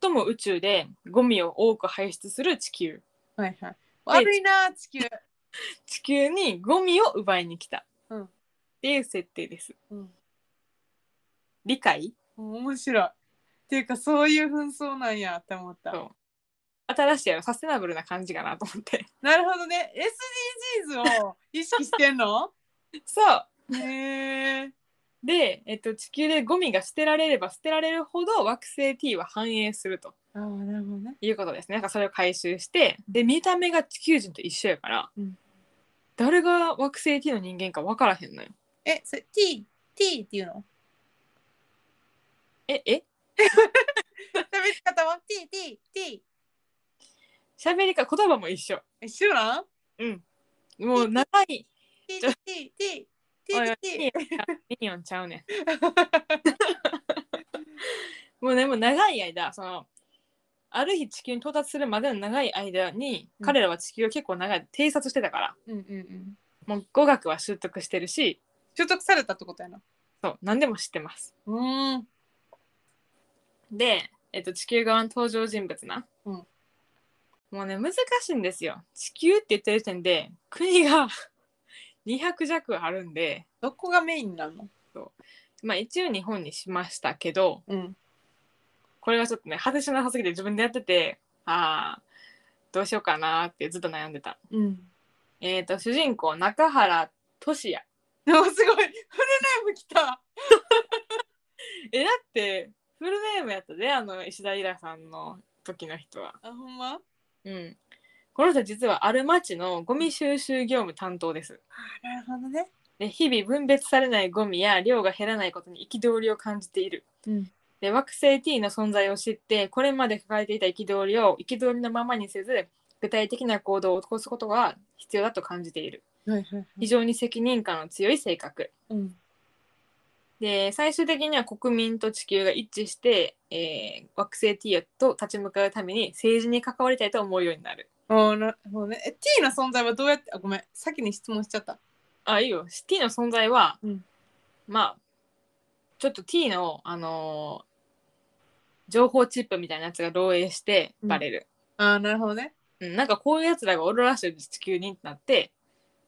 最も宇宙でゴミを多く排出する地球はいはい悪いな地球地球にゴミを奪いに来た、うんっていう設定ですうん理解面白いっていうかそういう紛争なんやって思ったそう新しいやろサステナブルな感じかなと思って なるほどね SDGs を意識してん のそうへえで、えっと、地球でゴミが捨てられれば捨てられるほど惑星 T は繁栄するとああなるほどねいうことですね。なんかそれを回収してで見た目が地球人と一緒やから、うん誰が惑星 T の人間か分からへんのよ。えそれ TT って いうのええ食べ方は TTT 喋りか言葉も一緒。一緒なんうん、もう長い TTT おいおいミ TTT ニオンちゃう ねん。もうねもう長い間そのある日地球に到達するまでの長い間に、うん彼らは地球を結構長い間偵察してたからうんうんうんもう語学は習得してるし習得されたってことやなそう何でも知ってます。うんで、えっと、地球側の登場人物な、うんもうね難しいんですよ地球って言ってる時点で国が 200弱あるんで、どこがメインなのまあ、一応日本にしましたけどうんこれがちょっとね果てしなさすぎて自分でやっててああどうしようかなってずっと悩んでた。うんえっ、と主人公中原俊也おすごいフルネームきたえだってフルネームやったであの石田イラさんの時の人は。あほんまうん、この人実はある町のゴミ収集業務担当です。なるほどねで日々分別されないゴミや量が減らないことに憤りを感じている。うんで惑星 T の存在を知ってこれまで抱えていた憤りを憤りのままにせず具体的な行動を起こすことが必要だと感じている。はいはい。非常に責任感の強い性格うん。で最終的には国民と地球が一致して、えー惑星ティアと立ち向かうために政治に関わりたいと思うようになるああ、なるほどね。え、T の存在はどうやって、あ、ごめん、先に質問しちゃった。あいいよ T の存在は、うんまあちょっと T の、あのー情報チップみたいなやつが漏洩してうんバレる、ああ、なるほどね。うんなんかこういうやつらがおるらしい地球にってなって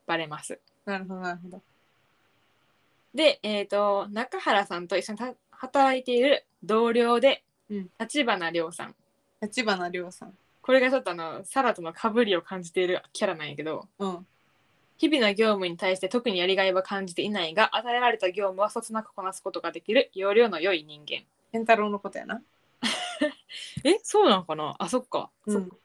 バレますなるほど、なるほど。で、えー、と中原さんと一緒にた働いている同僚でうん立花亮さん立花亮さん。これがちょっとあのサラとのかぶりを感じているキャラなんやけどうん。日々の業務に対して特にやりがいは感じていないが与えられた業務はそつなくこなすことができる要領の良い人間健太郎のことやな。えそうなのかなあそっか、そっか。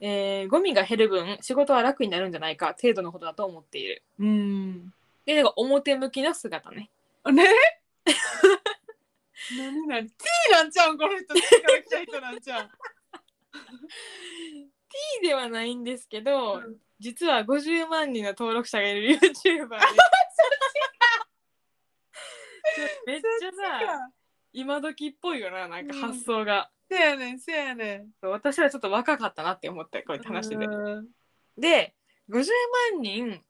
えーゴミが減る分仕事は楽になるんじゃないか程度のことだと思っているうん。でなんか表向きな姿ねあ ね何何 ?T なんちゃうんこの人。T から来た人なんちゃ うん。 T ではないんですけど、うん実は50万人の登録者がいる YouTuber でちょめっちゃさ今時っぽいよななんか発想が、せやねん、せやねん。そう私はちょっと若かったなって思ってこうやって話してて、うんで50万人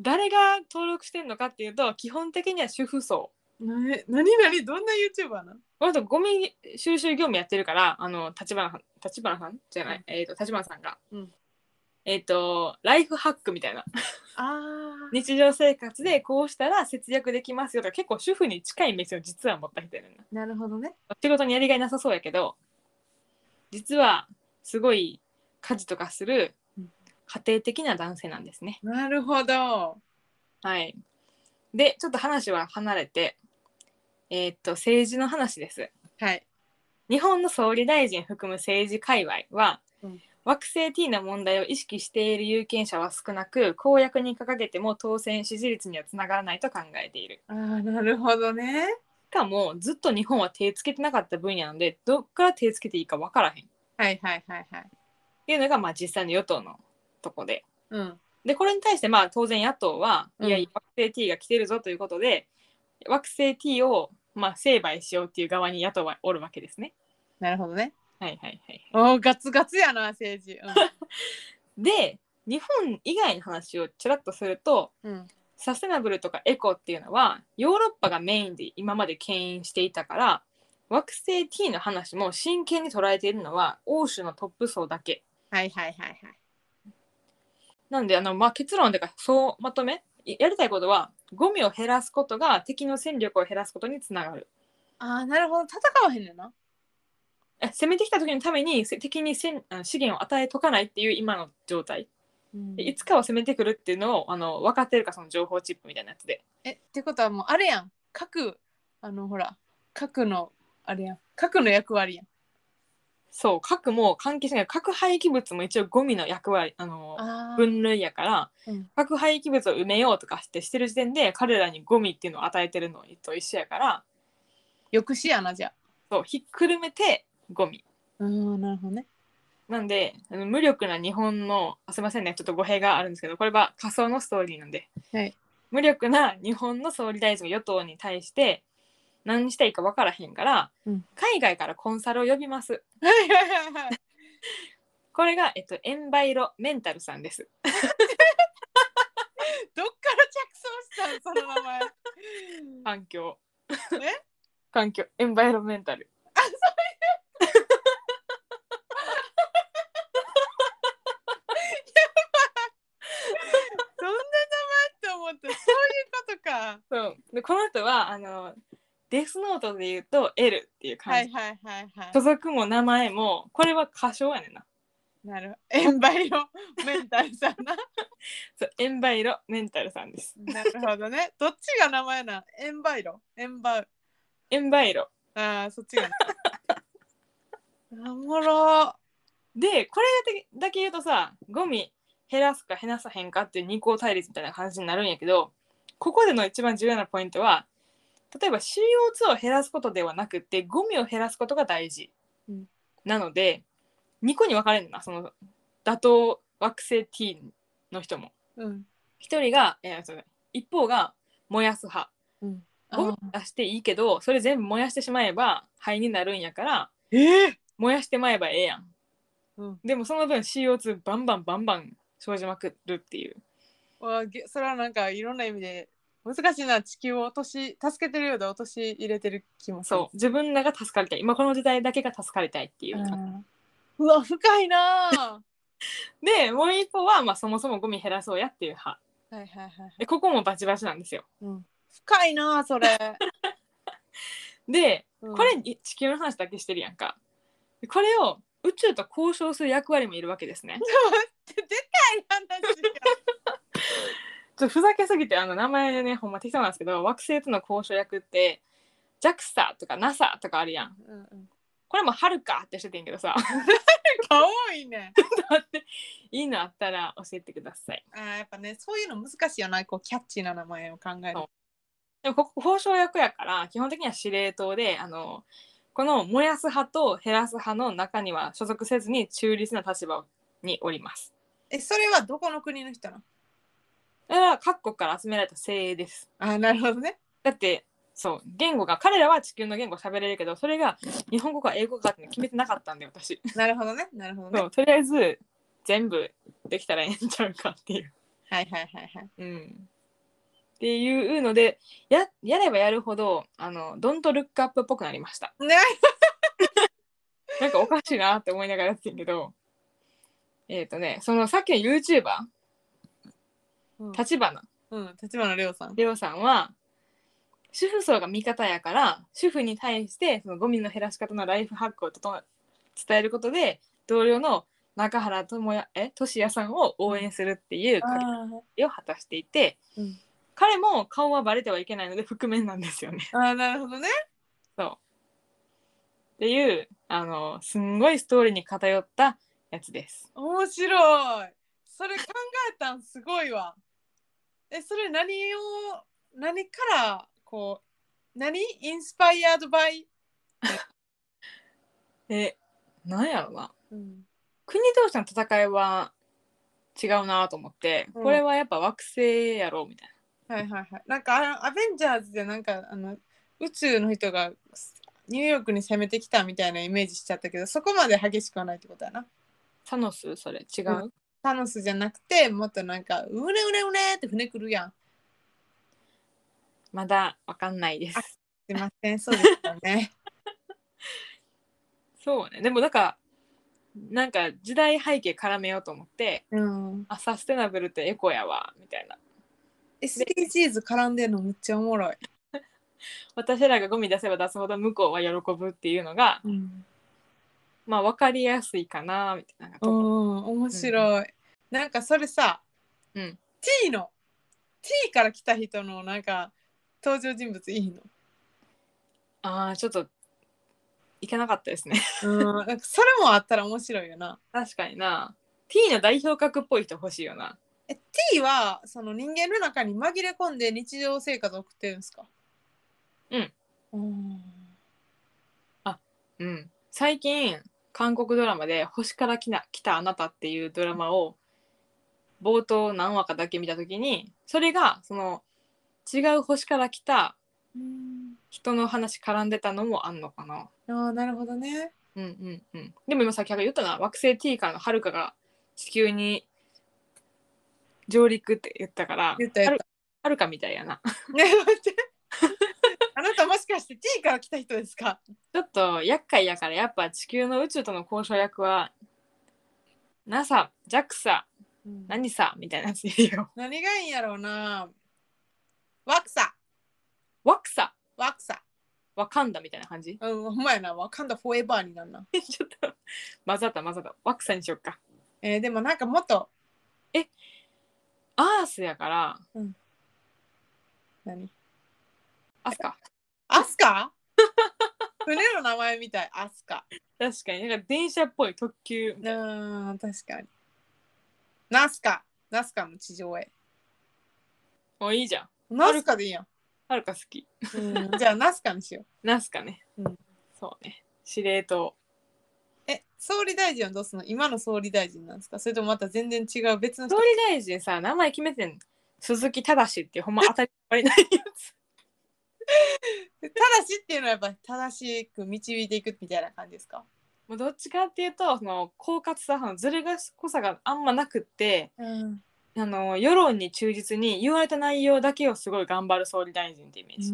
誰が登録してんのかっていうと基本的には主婦層ね何何どんな YouTuber なのあとゴミ収集業務やってるからあの立花さん立花さんじゃない、えっ、と立花さんが、うんえっ、とライフハックみたいなああ。日常生活でこうしたら節約できますよとか結構主婦に近い目線を実は持った人やねんななるほどね。仕事にやりがいなさそうやけど実はすごい家事とかするうん家庭的な男性なんですね。なるほど。はい、でちょっと話は離れて、えーっと政治の話です。はい。日本の総理大臣含む政治界隈は、うん惑星 T の問題を意識している有権者は少なく公約に掲げても当選支持率にはつながらないと考えている。ああ、なるほどね。しかもずっと日本は手つけてなかった分野なのでどっから手つけていいか分からへん。はいはいはいはい。っていうのがまあ実際の与党のとこで。うん。でこれに対してまあ当然野党は、うんいやいや惑星 T が来てるぞということで惑星 T をまあ成敗しようっていう側に野党はおるわけですね。なるほどね。はいはいはい、おお、ガツガツやな、政治。で日本以外の話をちらっとすると うん。うん、サステナブルとかエコっていうのはヨーロッパがメインで今まで牽引していたから惑星 T の話も真剣に捉えているのは欧州のトップ層だけはいはいはいはい。なんであの、まあ、結論でかそうまとめいやりたいことはゴミを減らすことが敵の戦力を減らすことにつながるああ、なるほど。戦わへんねんな。え攻めてきた時のためにせ敵にせんあ資源を与えとかないっていう今の状態うんでいつかは攻めてくるっていうのをあの分かってるかその情報チップみたいなやつでえ、ってことはもうあれやん。核、あのほら、核の、あれやん。核の役割やん。そう核も関係しない核廃棄物も一応ゴミの役割あのあー分類やから、うん核廃棄物を埋めようとかしてしてる時点で彼らにゴミっていうのを与えてるのと一緒やから抑止やな、じゃあ。そうひっくるめてゴミうん、なるほどね。なんであの無力な日本のあすいませんねちょっと語弊があるんですけどこれは仮想のストーリーなんで、はい無力な日本の総理大臣が与党に対して何したらいいか分からへんから、うん海外からコンサルを呼びますはいはいはいはい。これが、えっと、エンバイロメンタルさんですどっから着想したん、その名 前。環境え環境エンバイロメンタルそんな名前って思って、そういうことか。そうでこの人はあのデスノートで言うと L っていうは感いじ、はいはいは。所属も名前もこれは歌唱やねんないなる。エンバイロメンタルさんな。そうエンバイロメンタルさんですなるほどね。どっちが名前なんエンバイロエンバウ。エンバイロああ、そっちがな。おもろ。でこれだけ言うとさゴミ減らすか減らさへんかっていう二項対立みたいな話になるんやけどここでの一番重要なポイントは例えば CO2 を減らすことではなくてゴミを減らすことが大事、うんなので2個に分かれるんだなその打倒惑星 T の人もうん。一人が、えー、そうだ一方が燃やす派ゴミ出していいけどそれ全部燃やしてしまえば灰になるんやからええ燃やしてまえばええやんでもその分 CO2 バンバンバンバン生じまくるっていうわげそれはなんかいろんな意味で難しいな地球を落とし助けてるようで落とし入れてる気もするそう自分らが助かりたい今この時代だけが助かりたいっていうう感じ、んうわ深いな あでもう一方は、まあ、そもそもゴミ減らそうやっていう派はいはいはいでここもバチバチなんですよ深いなあそ れ、でうんこれに地球の話だけしてるやんかでこれを宇宙と交渉する役割もいるわけですねでかい話ちょっとふざけすぎてあの名前でねほんま適当なんですけど惑星との交渉役って JAXA とか NASA とかあるやんが、うんうん、これもはるかってしててんけどさ多いねいいのあったら教えてくださいあーやっぱねそういうの難しいよなこうキャッチーな名前を考えるそうでもここ交渉役やから基本的には司令塔であのこの燃やす派と減らす派の中には所属せずに中立な立場におりますえそれはどこの国の人なのだから各国から集められた精鋭ですあーなるほどねだってそう言語が彼らは地球の言語喋れるけどそれが日本語か英語かっていうの決めてなかったんで私なるほどねなるほどねそうとりあえず全部できたらええんちゃうかっていう。はいはいはいはいうん、っていうのでややればやるほどあのドントルックアップっぽくなりました。ねなんかおかしいなって思いながらやってんけどえっ、とねそのさっきの YouTuber うん立花うん立花亮さんレオさんは主婦層が味方やから主婦に対してそのゴミの減らし方のライフハックをとと伝えることで同僚の中原智也え俊也さんを応援するっていうあ掛けを果たしていて、うん彼も顔はバレてはいけないので覆面なんですよね。ーあーなるほどねそうっていうあのすんごいストーリーに偏ったやつです。面白いそれ考えたんすごいわえそれ何を何からこう何インスパイアードバイ、えなんやろなうん、国同士の戦いは違うなと思って、うんこれはやっぱ惑星やろうみたいはいはいはいなんかあのアベンジャーズでなんかあの宇宙の人がニューヨークに攻めてきたみたいなイメージしちゃったけどそこまで激しくはないってことやなな。サノスそれ違う、うタノスじゃなくてもっとなんかうねうねうねって船来るやんまだわかんないです。すいませんそうですよねそうねでもなんかなんか時代背景絡めようと思ってうんあサステナブルってエコやわみたいな SDGs 絡んでるのめっちゃおもろい、私らがゴミ出せば出すほど向こうは喜ぶっていうのがうんまあ分かりやすいかなみたいななんかう、と思うん面白い、なんかそれさ、うん、 T の T から来た人のなんか登場人物いいの、ああちょっといけなかったですねうん、なんかそれもあったら面白いよな確かにな T の代表格っぽい人欲しいよな T はその人間の中に紛れ込んで日常生活を送ってるんですかうんうんうん最近韓国ドラマで「星から来な来たあなた」っていうドラマを冒頭何話かだけ見た時にそれがその違う星から来た人の話絡んでたのもあんのかなああなるほどねうんうんうんでも今先ほど言ったな惑星 T からのはるかが地球に上陸って言ったから言った言っはるかみたいやなた ね待ってあなたもしかして T から来た人ですかちょっと厄介やからやっぱ地球の宇宙との交渉役は NASA、JAXA、何さみたいなやついるよ。 何がいいんやろうなワクサワクサワクサわかんだみたいな感じうん、ほんまやな、わかんだフォーエバーになるな。ちょっと混ざった混ざったワクサにしよっかえーでもなんかもっと、アースやから何アスかア スカ船の名前みたい、アスカ。確かになんか電車っぽい特急うーん、確かに。ナスカ、ナスカの地上へ。もういいじゃんナスカでいいやん。はるか好きうんじゃあナスカにしよう。ナスかね、うんそうね司令塔え、総理大臣はどうすんの今の総理大臣なんですかそれともまた全然違う別の総人理大臣さ名前決めてん鈴木正っていうほんま当たり障りないやつ正しっていうのはやっぱ正しく導いていくみたいな感じですか もうどっちかっていうとその狡猾さそのずる賢さがあんまなくってうん、あの世論に忠実に言われた内容だけをすごい頑張る総理大臣ってイメージ、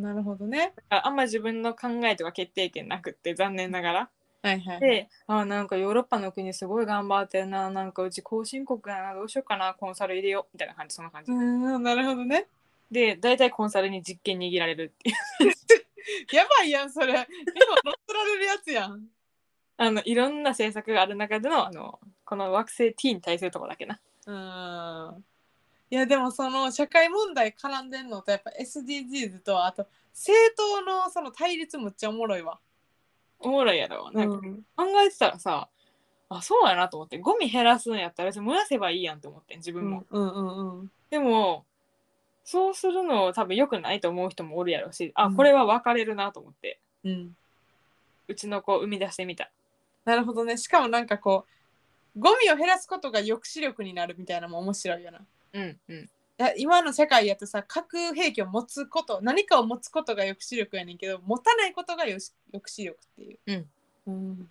なるほどねだからあんま自分の考えとか決定権なくって残念ながらはいはいはいであなんかヨーロッパの国すごい頑張ってるななんかうち後進国やなどうしようかなコンサル入れようみたいな感じそんな感じ、うんなるほどねで大体コンサルに実権握られるっていう やばいやんそれ今乗っ取られるやつやんあのいろんな政策がある中でのあのこの惑星 T に対するとこだけなうんいやでもその社会問題絡んでんのとやっぱ SDGs とあと政党のその対立むっちゃおもろいわ、おもろいやろなんかん、考えてたらさあそうやなと思ってゴミ減らすんやったら別に燃やせばいいやんって思ってん自う分も、んうんうんうんでもそうするの多分良くないと思う人もおるやろうしあうんこれは分かれるなと思って、うんうちの子を生み出してみたなるほどねしかもなんかこうゴミを減らすことが抑止力になるみたいなのも面白いよなうんうんいや今の社会やとさ核兵器を持つこと何かを持つことが抑止力やねんけど持たないことがよし抑止力っていう。うん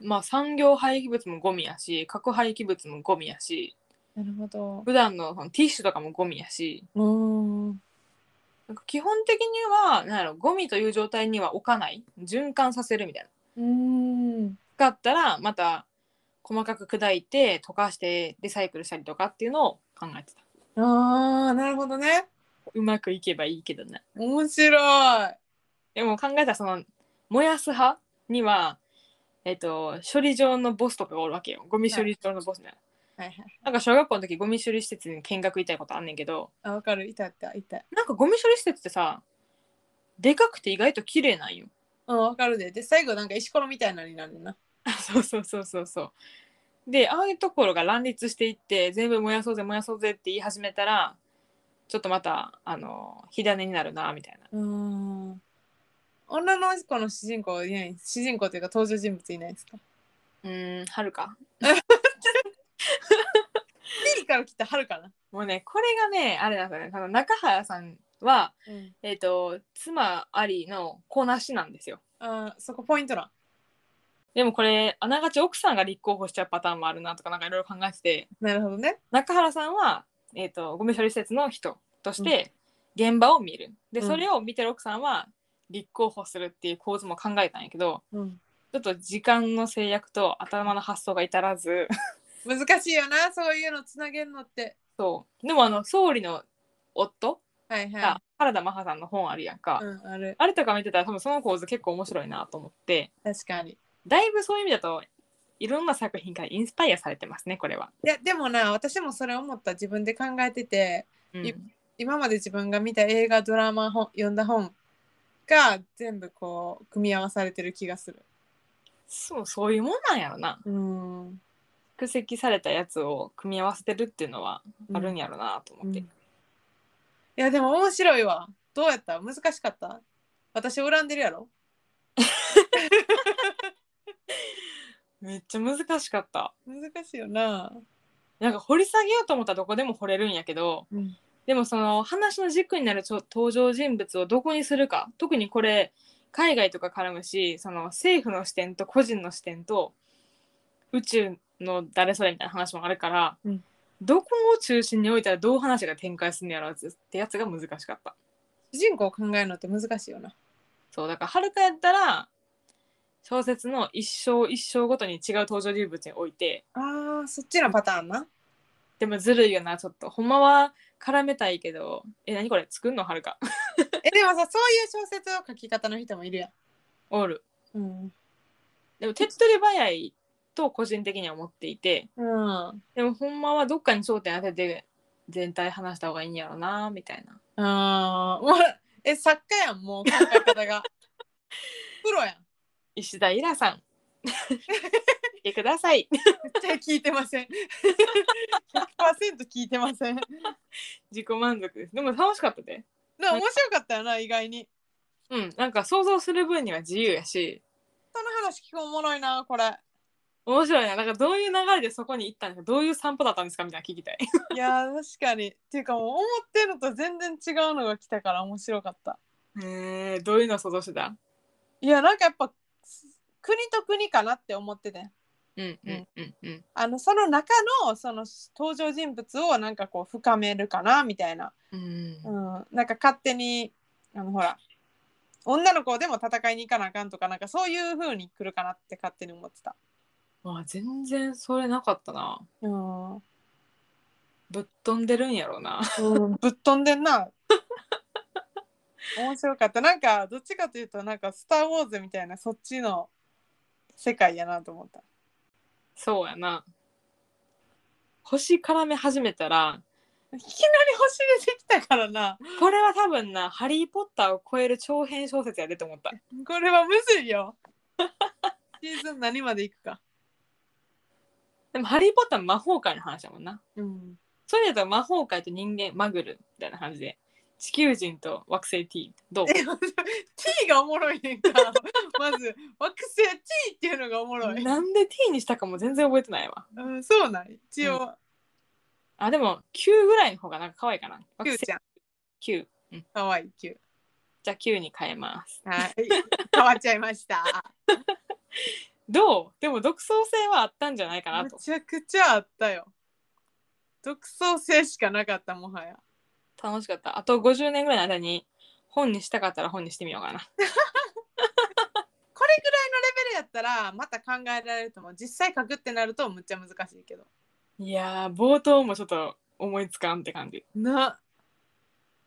まあ産業廃棄物もゴミやし核廃棄物もゴミやしなるほど。普段のそのティッシュとかもゴミやしうんなんか基本的にはなんやろゴミという状態には置かない循環させるみたいなうん使ったらまた細かく砕いて溶かしてリサイクルしたりとかっていうのを考えてたあーなるほどね。うまくいけばいいけどね面白い。でも考えたらその燃やす派にはえっと処理場のボスとかがおるわけよゴミ処理場のボスね、はいはい。なんか小学校の時ゴミ処理施設に見学行ったことあんねんけどあわかる。いたいたいた。なんかゴミ処理施設ってさでかくて意外と綺麗なんよ うんわかるで。で最後なんか石ころみたいなのになるねんな。そうそうそうそうそうでああいうところが乱立していって全部燃やそうぜ燃やそうぜって言い始めたらちょっとまたあの火種になるなみたいなうん。女の子の主人公いない主人公というか登場人物いないですか。うーん春かピリから来た春かな。もうねこれがねあれなんですよねその中原さんはうん。えっ、と妻ありの子なしなんですよあーそこポイントな。でもこれあながち奥さんが立候補しちゃうパターンもあるなとかなんかいろいろ考えててなるほどね。中原さんは、えー、とゴミ処理施設の人として現場を見る、でうんそれを見てる奥さんは立候補するっていう構図も考えたんやけどうん。ちょっと時間の制約と頭の発想が至らず 難しいよなそういうのつなげるのってそうでもあの総理の夫はいはが原田マハさんの本あるやんか、い、うん、あるあれとか見てたら多分その構図結構面白いなと思って確かにだいぶそういう意味だといろんな作品からインスパイアされてますねこれは。いやでもな私もそれ思った自分で考えててうんい今まで自分が見た映画ドラマ本読んだ本が全部こう組み合わされてる気がするそうそういうもんなんやろなうん蓄積されたやつを組み合わせてるっていうのはあるんやろなと思って、うんいやでも面白いわどうやった難しかった私を恨んでるやろめっちゃ難しかった難しいよな、なんか掘り下げようと思ったらどこでも掘れるんやけどうん、でもその話の軸になるちょ登場人物をどこにするか特にこれ海外とか絡むしその政府の視点と個人の視点と宇宙の誰それみたいな話もあるから、うんどこを中心に置いたらどう話が展開するんやろうってやつが難しかった主人公を考えるのって難しいよなそうだからはるかやったら小説の一章一章ごとに違う登場人物に置いてあーそっちのパターン なでもずるいよなちょっとほんまは絡めたいけどえ何これ作んのはるか えでもさそういう小説の書き方の人もいるやおるんうんでも手っ取り早いと個人的には思っていてうんでもほんまはどっかに焦点当てて全体話した方がいいんやろなみたいなああ、もう、え、作家やん、もう考え方 が。プロやん。石田イラさん来てください絶対聞いてません。100%聞いてませ ん。自己満足ですでも楽しかったでな面白かったよな、意外に。うんなんか想像する分には自由やしその話聞くおもろいな、これ。面白いな。なんかどういう流れでそこに行ったんですかどういう散歩だったんですかみたいな聞きたい。いやー確かにっていうかもう思ってるのと全然違うのが来たから面白かったえー、どういうの想像してたいやなんかやっぱ国と国かなって思っててうんうんうんうん。あのその中のその登場人物をなんかこう深めるかなみたいな、うんうん、なんか勝手にあのほら女の子でも戦いに行かなあかんとかなんかそういう風に来るかなって勝手に思ってた、まあ全然それなかったな。うんぶっ飛んでるんやろうな。うん、ぶっ飛んでんな面白かったなんかどっちかというとなんか「スター・ウォーズ」みたいなそっちの世界やなと思ったそうやな。星絡め始めたら、いきなり星出てきたからなこれは多分な、ハリー・ポッターを超える長編小説やでと思った。これはむずいよシーズン何までいくかでも、ハリー・ポッターの魔法界の話だもんな。うんそれだと魔法界と人間、マグルみたいな感じで、地球人と惑星 T、どうえ T がおもろいねんかまず惑星 T っていうのがおもろい、なんで T にしたかも全然覚えてないわ。うん、そうなん一応、あ、でも、Q ぐらいの方がなんか可愛いかな。キ惑ュ星ーちゃん Q。かわいいキューじゃあ Q に変えます。はい変わっちゃいましたどうでも独創性はあったんじゃないかなめと。ちゃくちゃあったよ独創性しかなかったもはや楽しかった。あと50年ぐらいの間に本にしたかったら本にしてみようかな。これぐらいのレベルやったらまた考えられると思う実際書くってなるとむっちゃ難しいけどいやー、冒頭もちょっと思いつかんって感じ。な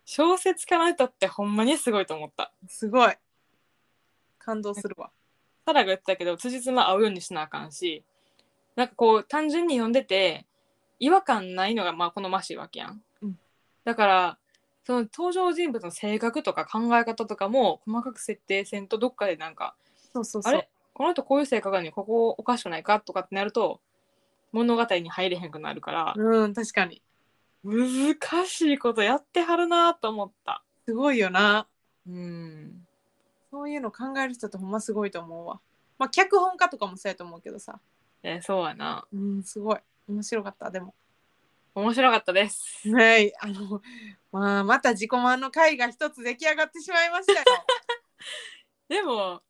小説から歌ってほんまにすごいと思った。すごい感動するわサラが言ってたけど辻褄合うようにしなあかんしなんかこう単純に読んでて違和感ないのがまあ好ましいわけやん、うんだからその登場人物の性格とか考え方とかも細かく設定せんとどっかでなんかそうそうあれこの人こういう性格なのにここおかしくないかとかってなると物語に入れへんくなるから、うん確かに難しいことやってはるなと思ったすごいよなうんそういうの考える人ってほんますごいと思うわまあ脚本家とかもそうやと思うけどさえそうやなうんすごい面白かったでも面白かったですはいあのまあまた自己満の回が一つ出来上がってしまいましたよでも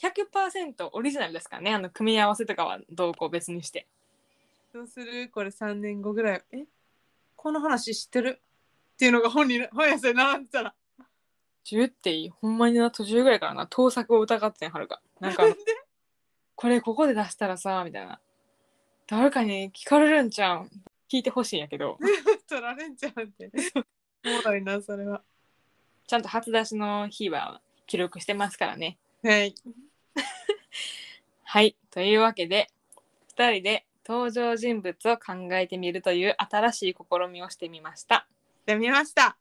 100%オリジナルですからねあの組み合わせとかはどうこう別にしてどうするこれ3年後ぐらいえこの話知ってるっていうのが本に本屋さんに並んでたら10っていいほんまにな途中ぐらいからな盗作を疑ってんはるかなん かこれここで出したらさみたいな誰かに聞かれるんちゃうん聞いてほしいんやけど取られんちゃうんでおもろいなそれはちゃんと初出しの日は記録してますからねはいはいというわけで2人で登場人物を考えてみるという新しい試みをしてみましたで見ました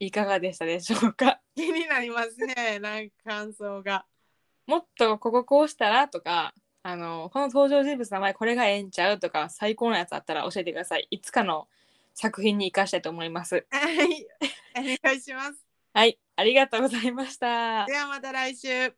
いかがでしたでしょうか 気になりますねなんか感想がもっとこここうしたらとかあのこの登場人物の名前これがええんちゃうとか最高のやつあったら教えてくださいいつかの作品に生かしたいと思いますはいお願いしますはいありがとうございましたではまた来週